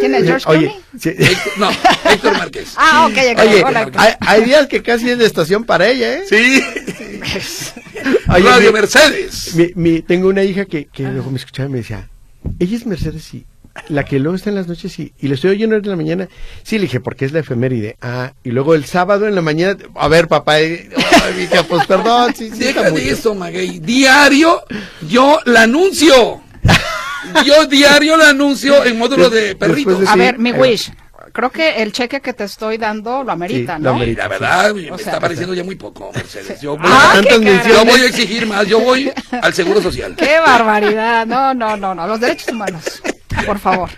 [SPEAKER 3] ¿Quién es George
[SPEAKER 4] Oye,
[SPEAKER 3] Clooney?
[SPEAKER 4] sí.
[SPEAKER 2] Héctor- no, Héctor Márquez.
[SPEAKER 3] Ah, ok, ok,
[SPEAKER 4] Oye,
[SPEAKER 3] hola.
[SPEAKER 4] hay, hay días que casi es de estación para ella, ¿eh?
[SPEAKER 2] Sí.
[SPEAKER 4] Oye,
[SPEAKER 2] Radio
[SPEAKER 4] mi-
[SPEAKER 2] Mercedes.
[SPEAKER 4] mi- mi- tengo una hija que, que luego me escuchaba y me decía, ella es Mercedes, sí. La que luego está en las noches, sí. Y le estoy oyendo en la mañana. Sí, le dije, porque es la efeméride. Ah, y luego el sábado en la mañana. A ver, papá. eh, ay, mi hija, pues perdón. Sí, sí, está
[SPEAKER 2] Deja de
[SPEAKER 4] mucho.
[SPEAKER 2] eso, Maguey. Diario, yo la anuncio. Yo diario la anuncio en módulo de Ah,
[SPEAKER 4] Después de-
[SPEAKER 2] perritos.
[SPEAKER 3] A
[SPEAKER 4] sí,
[SPEAKER 3] ver, mi
[SPEAKER 4] ahí va.
[SPEAKER 3] wish, creo que el cheque que te estoy dando lo amerita,
[SPEAKER 4] eh, Sí,
[SPEAKER 3] ¿no?
[SPEAKER 4] lo
[SPEAKER 2] Y
[SPEAKER 4] amerita.
[SPEAKER 2] la verdad, me
[SPEAKER 3] O sea,
[SPEAKER 2] está pareciendo ya muy poco, Mercedes. Yo voy,
[SPEAKER 3] Ah,
[SPEAKER 2] a,
[SPEAKER 3] qué
[SPEAKER 4] Tantas
[SPEAKER 3] caray.
[SPEAKER 2] yo
[SPEAKER 4] menciones.
[SPEAKER 2] voy a exigir más. Yo voy al Seguro Social.
[SPEAKER 3] Qué barbaridad. No, no, no, no. Los derechos humanos. Por favor.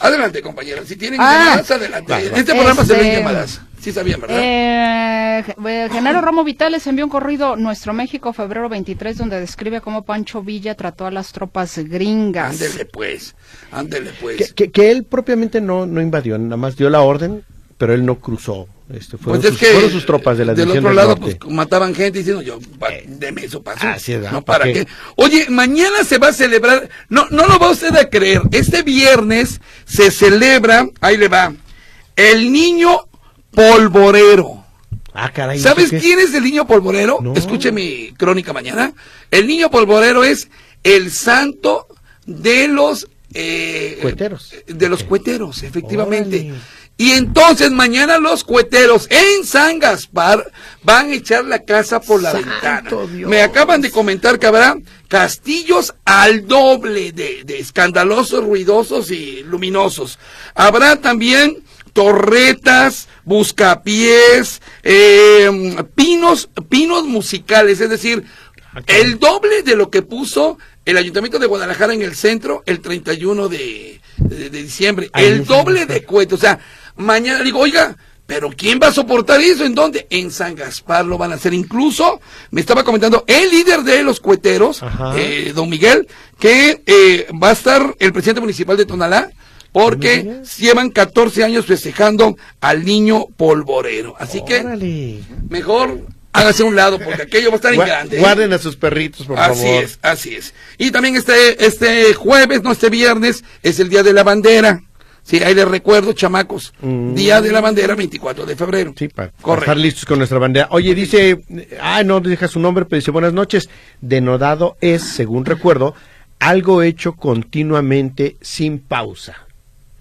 [SPEAKER 2] Adelante, compañera. Si tienen
[SPEAKER 3] Ah.
[SPEAKER 2] llamadas, adelante.
[SPEAKER 4] Va, va.
[SPEAKER 2] En este programa se ven
[SPEAKER 3] Este-
[SPEAKER 2] llamadas. Sí sabían, ¿verdad?
[SPEAKER 3] Eh, eh, Genaro Romo Vitales envió un corrido Nuestro México, febrero 23, donde describe cómo Pancho Villa trató a las tropas gringas.
[SPEAKER 2] ándele pues. Ándele pues.
[SPEAKER 4] Que, que- que él propiamente no, no invadió, nada más dio la orden, pero él no cruzó. Este, fueron,
[SPEAKER 2] Pues es
[SPEAKER 4] sus,
[SPEAKER 2] que
[SPEAKER 4] fueron sus tropas de la
[SPEAKER 2] del
[SPEAKER 4] división
[SPEAKER 2] otro
[SPEAKER 4] del
[SPEAKER 2] lado
[SPEAKER 4] norte. Eh,
[SPEAKER 2] pues mataban gente diciendo yo pa- deme eso paso.
[SPEAKER 4] Así es, ¿verdad?
[SPEAKER 2] no
[SPEAKER 4] ¿Para
[SPEAKER 2] para qué?
[SPEAKER 4] qué?
[SPEAKER 2] Oye, mañana se va a celebrar, no no lo va usted a creer. Este viernes se celebra, ahí le va. El niño polvorero.
[SPEAKER 4] Ah, caray.
[SPEAKER 2] ¿Sabes
[SPEAKER 4] ¿eso qué es?
[SPEAKER 2] quién es el niño polvorero?
[SPEAKER 4] No.
[SPEAKER 2] Escuche mi crónica mañana. El niño polvorero es el santo de los eh,
[SPEAKER 4] Cueteros.
[SPEAKER 2] De los cueteros, efectivamente.
[SPEAKER 4] Órale.
[SPEAKER 2] Y entonces mañana los cueteros en San Gaspar van a echar la casa por la
[SPEAKER 4] Santo
[SPEAKER 2] ventana.
[SPEAKER 4] Dios.
[SPEAKER 2] Me acaban de comentar que habrá castillos al doble de, de escandalosos, ruidosos y luminosos. Habrá también torretas, buscapiés, eh, pinos, pinos musicales, es decir, el doble de lo que puso el Ayuntamiento de Guadalajara en el centro el 31 de, de- de diciembre.
[SPEAKER 4] Ahí
[SPEAKER 2] el
[SPEAKER 4] en San
[SPEAKER 2] doble
[SPEAKER 4] Gaspar.
[SPEAKER 2] de cuento. O sea, mañana digo, oiga, pero ¿quién va a soportar eso? ¿En dónde? En San Gaspar lo van a hacer. Incluso me estaba comentando el líder de los cueteros,
[SPEAKER 4] Ajá.
[SPEAKER 2] eh, don Miguel, que eh, va a estar el presidente municipal de Tonalá. Porque
[SPEAKER 4] Mira.
[SPEAKER 2] llevan 14 años festejando al niño polvorero. Así que
[SPEAKER 4] Órale.
[SPEAKER 2] mejor hágase a un lado porque aquello va a estar en
[SPEAKER 4] Gua-
[SPEAKER 2] grande. ¿eh?
[SPEAKER 4] Guarden a sus perritos, por
[SPEAKER 2] así
[SPEAKER 4] favor.
[SPEAKER 2] es, así es. Y también este, este jueves, no este viernes, es el Día de la Bandera. Sí, ahí les recuerdo, chamacos.
[SPEAKER 4] Mm.
[SPEAKER 2] Día de la Bandera, 24 de febrero.
[SPEAKER 4] Sí, pa- para
[SPEAKER 2] Correcto.
[SPEAKER 4] estar listos con nuestra bandera. Oye, dice, ah, no deja su nombre, pero dice buenas noches. Denodado es, según recuerdo, algo hecho continuamente sin pausa.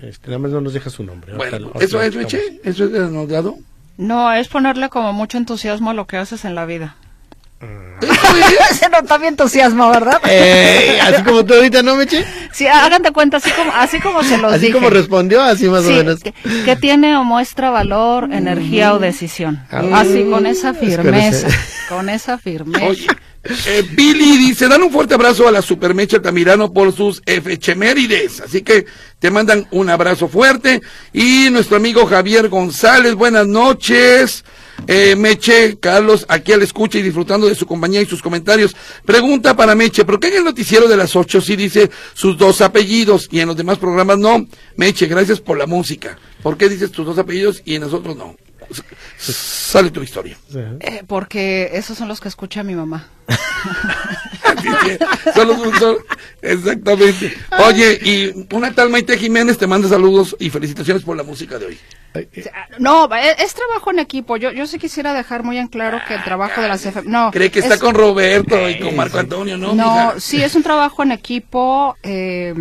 [SPEAKER 4] Este, nada más no nos deja su nombre. Ahorita
[SPEAKER 2] Bueno,
[SPEAKER 4] lo- ahorita
[SPEAKER 2] ¿eso
[SPEAKER 4] lo
[SPEAKER 2] es,
[SPEAKER 4] buscamos.
[SPEAKER 2] Meche? ¿Eso es denodado?
[SPEAKER 3] No, es ponerle como mucho entusiasmo a lo que haces en la vida.
[SPEAKER 4] Ah.
[SPEAKER 3] Se nota mi entusiasmo, ¿verdad?
[SPEAKER 4] Eh. Ey, así como tú ahorita, ¿no, Meche?
[SPEAKER 3] Sí, hagan de cuenta, así como, así como se los
[SPEAKER 4] Así
[SPEAKER 3] dije.
[SPEAKER 4] como respondió, así más
[SPEAKER 3] Sí,
[SPEAKER 4] o menos.
[SPEAKER 3] que, que tiene o muestra valor, energía o decisión.
[SPEAKER 4] Ah.
[SPEAKER 3] Así, con esa
[SPEAKER 4] Espérese.
[SPEAKER 3] firmeza. Con esa firmeza.
[SPEAKER 2] Oye, eh, Billy dice, dan un fuerte abrazo a la Supermecha Altamirano por sus efechemérides. Así que te mandan un abrazo fuerte. Y nuestro amigo Javier González, buenas noches. Eh, Meche, Carlos, aquí al escucha y disfrutando de su compañía y sus comentarios. Pregunta para Meche, ¿por qué en el noticiero de las ocho sí dice sus dos apellidos y en los demás programas no? Meche, gracias por la música. ¿Por qué dices tus dos apellidos y en nosotros no? S- s- Sale tu historia.
[SPEAKER 3] Eh, porque esos son los que escucha mi mamá.
[SPEAKER 2] Así que, son los- son- exactamente. Oye, y una tal Maite Jiménez te manda saludos y felicitaciones por la música de hoy.
[SPEAKER 3] Ah, No, es, es trabajo en equipo. Yo, yo sí quisiera dejar muy en claro que el trabajo de las FM. No.
[SPEAKER 2] Cree que está
[SPEAKER 3] es-
[SPEAKER 2] con Roberto y
[SPEAKER 4] Eh,
[SPEAKER 2] con Marco Antonio, ¿no?
[SPEAKER 3] No,
[SPEAKER 2] mija?
[SPEAKER 3] sí, es un trabajo en equipo. eh,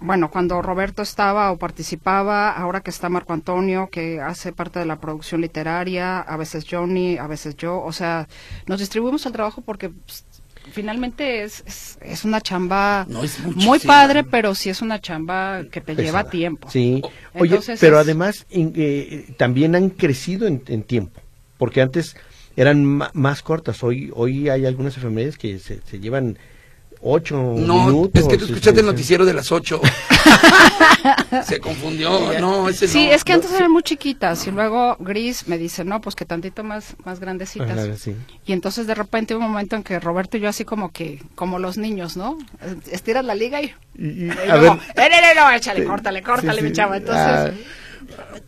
[SPEAKER 3] bueno, cuando Roberto estaba o participaba, ahora que está Marco Antonio, que hace parte de la producción literaria, a veces Johnny, a veces yo, o sea, nos distribuimos el trabajo porque pues, finalmente es, es, es una chamba
[SPEAKER 2] No, es muchísima.
[SPEAKER 3] muy padre, pero sí es una chamba que te lleva
[SPEAKER 4] Pesada.
[SPEAKER 3] tiempo.
[SPEAKER 4] Sí.
[SPEAKER 3] O-
[SPEAKER 4] Oye,
[SPEAKER 3] Entonces
[SPEAKER 4] pero
[SPEAKER 3] es-
[SPEAKER 4] además in- eh, también han crecido en, en tiempo, porque antes eran ma- más cortas. Hoy hoy hay algunas enfermedades que se, se llevan ocho
[SPEAKER 2] No,
[SPEAKER 4] minutos. este,
[SPEAKER 2] es que tú
[SPEAKER 4] sí,
[SPEAKER 2] escuchaste
[SPEAKER 4] sí,
[SPEAKER 2] el
[SPEAKER 4] sí.
[SPEAKER 2] noticiero de las 8. Se confundió, no, ese
[SPEAKER 3] Sí,
[SPEAKER 2] no.
[SPEAKER 3] es que antes eran muy chiquitas y luego Gris me dice, no, pues que tantito más, más grandecitas.
[SPEAKER 4] Ajá, sí.
[SPEAKER 3] Y entonces de repente hubo un momento en que Roberto y yo así como que, como los niños, ¿no? Estiras la liga y...
[SPEAKER 4] Y- y-
[SPEAKER 3] y
[SPEAKER 4] a ver,
[SPEAKER 3] luego, "Eh, no, no, no, échale, córtale, córtale,
[SPEAKER 4] sí,
[SPEAKER 3] mi
[SPEAKER 4] sí.
[SPEAKER 3] chava.
[SPEAKER 4] Ah.
[SPEAKER 3] Entonces,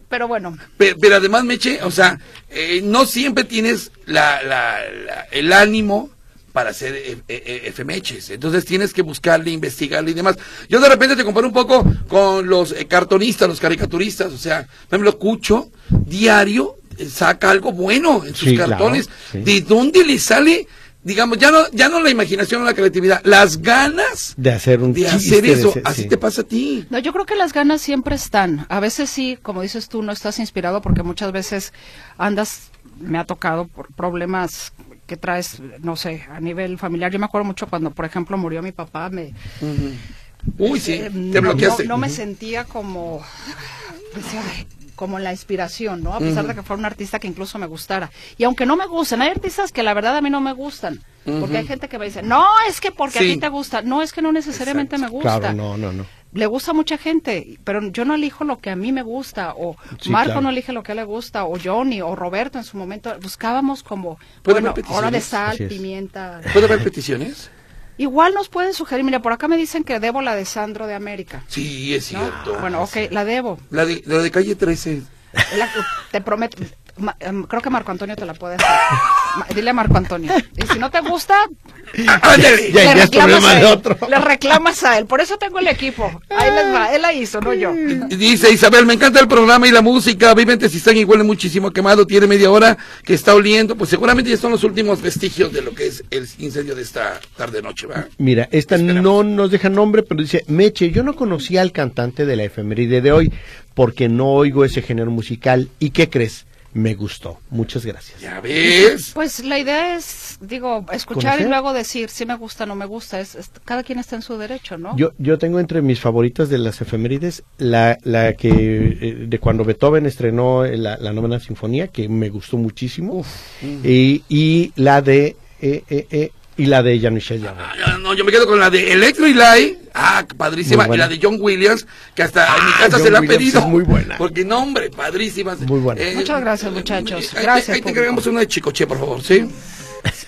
[SPEAKER 3] pero bueno,
[SPEAKER 2] Pe- Pero, además, Meche, o sea, eh, no siempre tienes la, la- la- el ánimo para hacer eh, eh, eh, efemeches. Entonces tienes que buscarle, investigarle y demás. Yo de repente te comparo un poco con los eh, cartonistas, los caricaturistas. O sea, por ejemplo, Cucho, diario, eh, saca algo bueno en sus
[SPEAKER 4] Sí, claro,
[SPEAKER 2] cartones.
[SPEAKER 4] sí.
[SPEAKER 2] ¿De dónde le sale? Digamos, ya no, ya no la imaginación o la creatividad, las ganas
[SPEAKER 4] de hacer un
[SPEAKER 2] de
[SPEAKER 4] chiste,
[SPEAKER 2] hacer
[SPEAKER 4] de
[SPEAKER 2] eso.
[SPEAKER 4] hacer-
[SPEAKER 2] Así
[SPEAKER 4] sí.
[SPEAKER 2] te pasa a ti.
[SPEAKER 3] No, yo creo que las ganas siempre están. A veces sí, como dices tú, no estás inspirado porque muchas veces andas, me ha tocado por problemas que traes, no sé, a nivel familiar. Yo me acuerdo mucho cuando, por ejemplo, murió mi papá, me,
[SPEAKER 2] Uy, sí,
[SPEAKER 3] eh,
[SPEAKER 2] te
[SPEAKER 3] no,
[SPEAKER 2] bloqueaste.
[SPEAKER 3] no- no me sentía como, decía, "Ay", como la inspiración, ¿no? A pesar de que fuera un artista que incluso me gustara. Y aunque no me gusten, hay artistas que la verdad a mí no me gustan. Porque hay gente que me dice, no, es que porque
[SPEAKER 2] Sí.
[SPEAKER 3] a ti te gusta. No, es que no necesariamente me gusta
[SPEAKER 4] Claro, no, no, no.
[SPEAKER 3] le gusta a mucha gente, pero yo no elijo lo que a mí me gusta, o
[SPEAKER 4] Sí,
[SPEAKER 3] Marco
[SPEAKER 4] claro.
[SPEAKER 3] no elige lo que le gusta, o Johnny, o Roberto en su momento. Buscábamos como,
[SPEAKER 2] Puede
[SPEAKER 3] bueno,
[SPEAKER 2] haber peticiones,
[SPEAKER 3] hora de sal,
[SPEAKER 4] así es.
[SPEAKER 3] pimienta.
[SPEAKER 2] ¿Puede haber peticiones?
[SPEAKER 3] Igual nos pueden sugerir, mira, por acá me dicen que debo la de Sandro de América.
[SPEAKER 2] Sí, es
[SPEAKER 3] ¿no?
[SPEAKER 2] cierto.
[SPEAKER 3] bueno, ok, la debo.
[SPEAKER 2] La de, la de calle 13.
[SPEAKER 3] La- te prometo, ma- em, creo que Marco Antonio te la puede hacer. Ma- Dile a Marco Antonio. Y si no te gusta,
[SPEAKER 2] Ándale.
[SPEAKER 3] le,
[SPEAKER 4] Ya, ya es
[SPEAKER 3] reclamas
[SPEAKER 4] problema
[SPEAKER 3] a
[SPEAKER 4] de
[SPEAKER 3] él,
[SPEAKER 4] otro.
[SPEAKER 3] le reclamas a él. Por eso tengo el equipo. Ahí les va, él la hizo, no yo.
[SPEAKER 2] Dice Isabel, me encanta el programa y la música. Vivente si están y huele muchísimo a quemado. Tiene media hora que está oliendo. Pues seguramente ya son los últimos vestigios de lo que es el incendio de esta tarde-noche, ¿va?
[SPEAKER 4] Mira, esta
[SPEAKER 2] Esperemos.
[SPEAKER 4] no nos deja nombre, pero dice, Meche, yo no conocía al cantante de la efeméride de hoy porque no oigo ese género musical. ¿Y qué crees? Me gustó. Muchas gracias.
[SPEAKER 2] Ya ves.
[SPEAKER 3] Pues la idea es, digo, escuchar
[SPEAKER 4] ¿Conocer?
[SPEAKER 3] y luego decir si me gusta no me gusta. Es, es- cada quien está en su derecho, ¿no?
[SPEAKER 4] Yo, yo tengo entre mis favoritas de las efemérides la, la que eh, de cuando Beethoven estrenó eh, la, la novena sinfonía que me gustó muchísimo y, y la de eh, eh, eh, y la de Jean-Michel Jarre.
[SPEAKER 2] Ah, ya, No, yo me quedo con la de Electro y Light. Ah, padrísima.
[SPEAKER 4] Muy buena. Ah,
[SPEAKER 2] Y la de John Williams, que hasta en mi casa
[SPEAKER 4] John
[SPEAKER 2] se la han
[SPEAKER 4] Williams
[SPEAKER 2] pedido.
[SPEAKER 4] es muy buena.
[SPEAKER 2] Porque, no, hombre, Eh, padrísimas.
[SPEAKER 4] Muy buena.
[SPEAKER 3] Muchas gracias, muchachos.
[SPEAKER 2] ahí te-
[SPEAKER 3] Gracias,
[SPEAKER 2] Ahí te
[SPEAKER 3] público.
[SPEAKER 2] agregamos una de Chicoche, por favor, ¿sí?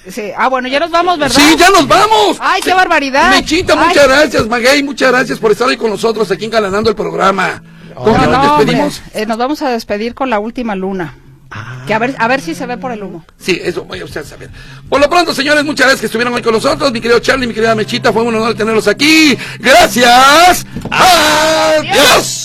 [SPEAKER 3] Sí. Ah, bueno, ya nos vamos, ¿verdad?
[SPEAKER 2] Sí, ya nos vamos.
[SPEAKER 3] Ay, qué
[SPEAKER 2] Sí.
[SPEAKER 3] barbaridad.
[SPEAKER 2] Mechita,
[SPEAKER 3] Ay.
[SPEAKER 2] muchas gracias, Maguey, muchas gracias por estar hoy con nosotros aquí engalanando el programa. ¿Con
[SPEAKER 3] No,
[SPEAKER 2] qué nos
[SPEAKER 3] no, hombre.
[SPEAKER 2] despedimos?
[SPEAKER 3] Eh, nos vamos a despedir con la última luna.
[SPEAKER 4] Ah.
[SPEAKER 3] Que a ver, a ver si se ve por el humo.
[SPEAKER 2] Sí, eso voy a usted saber. Por lo pronto, señores, muchas gracias que estuvieron hoy con nosotros. Mi querido Charlie, mi querida Mechita, fue un honor tenerlos aquí. Gracias. Adiós.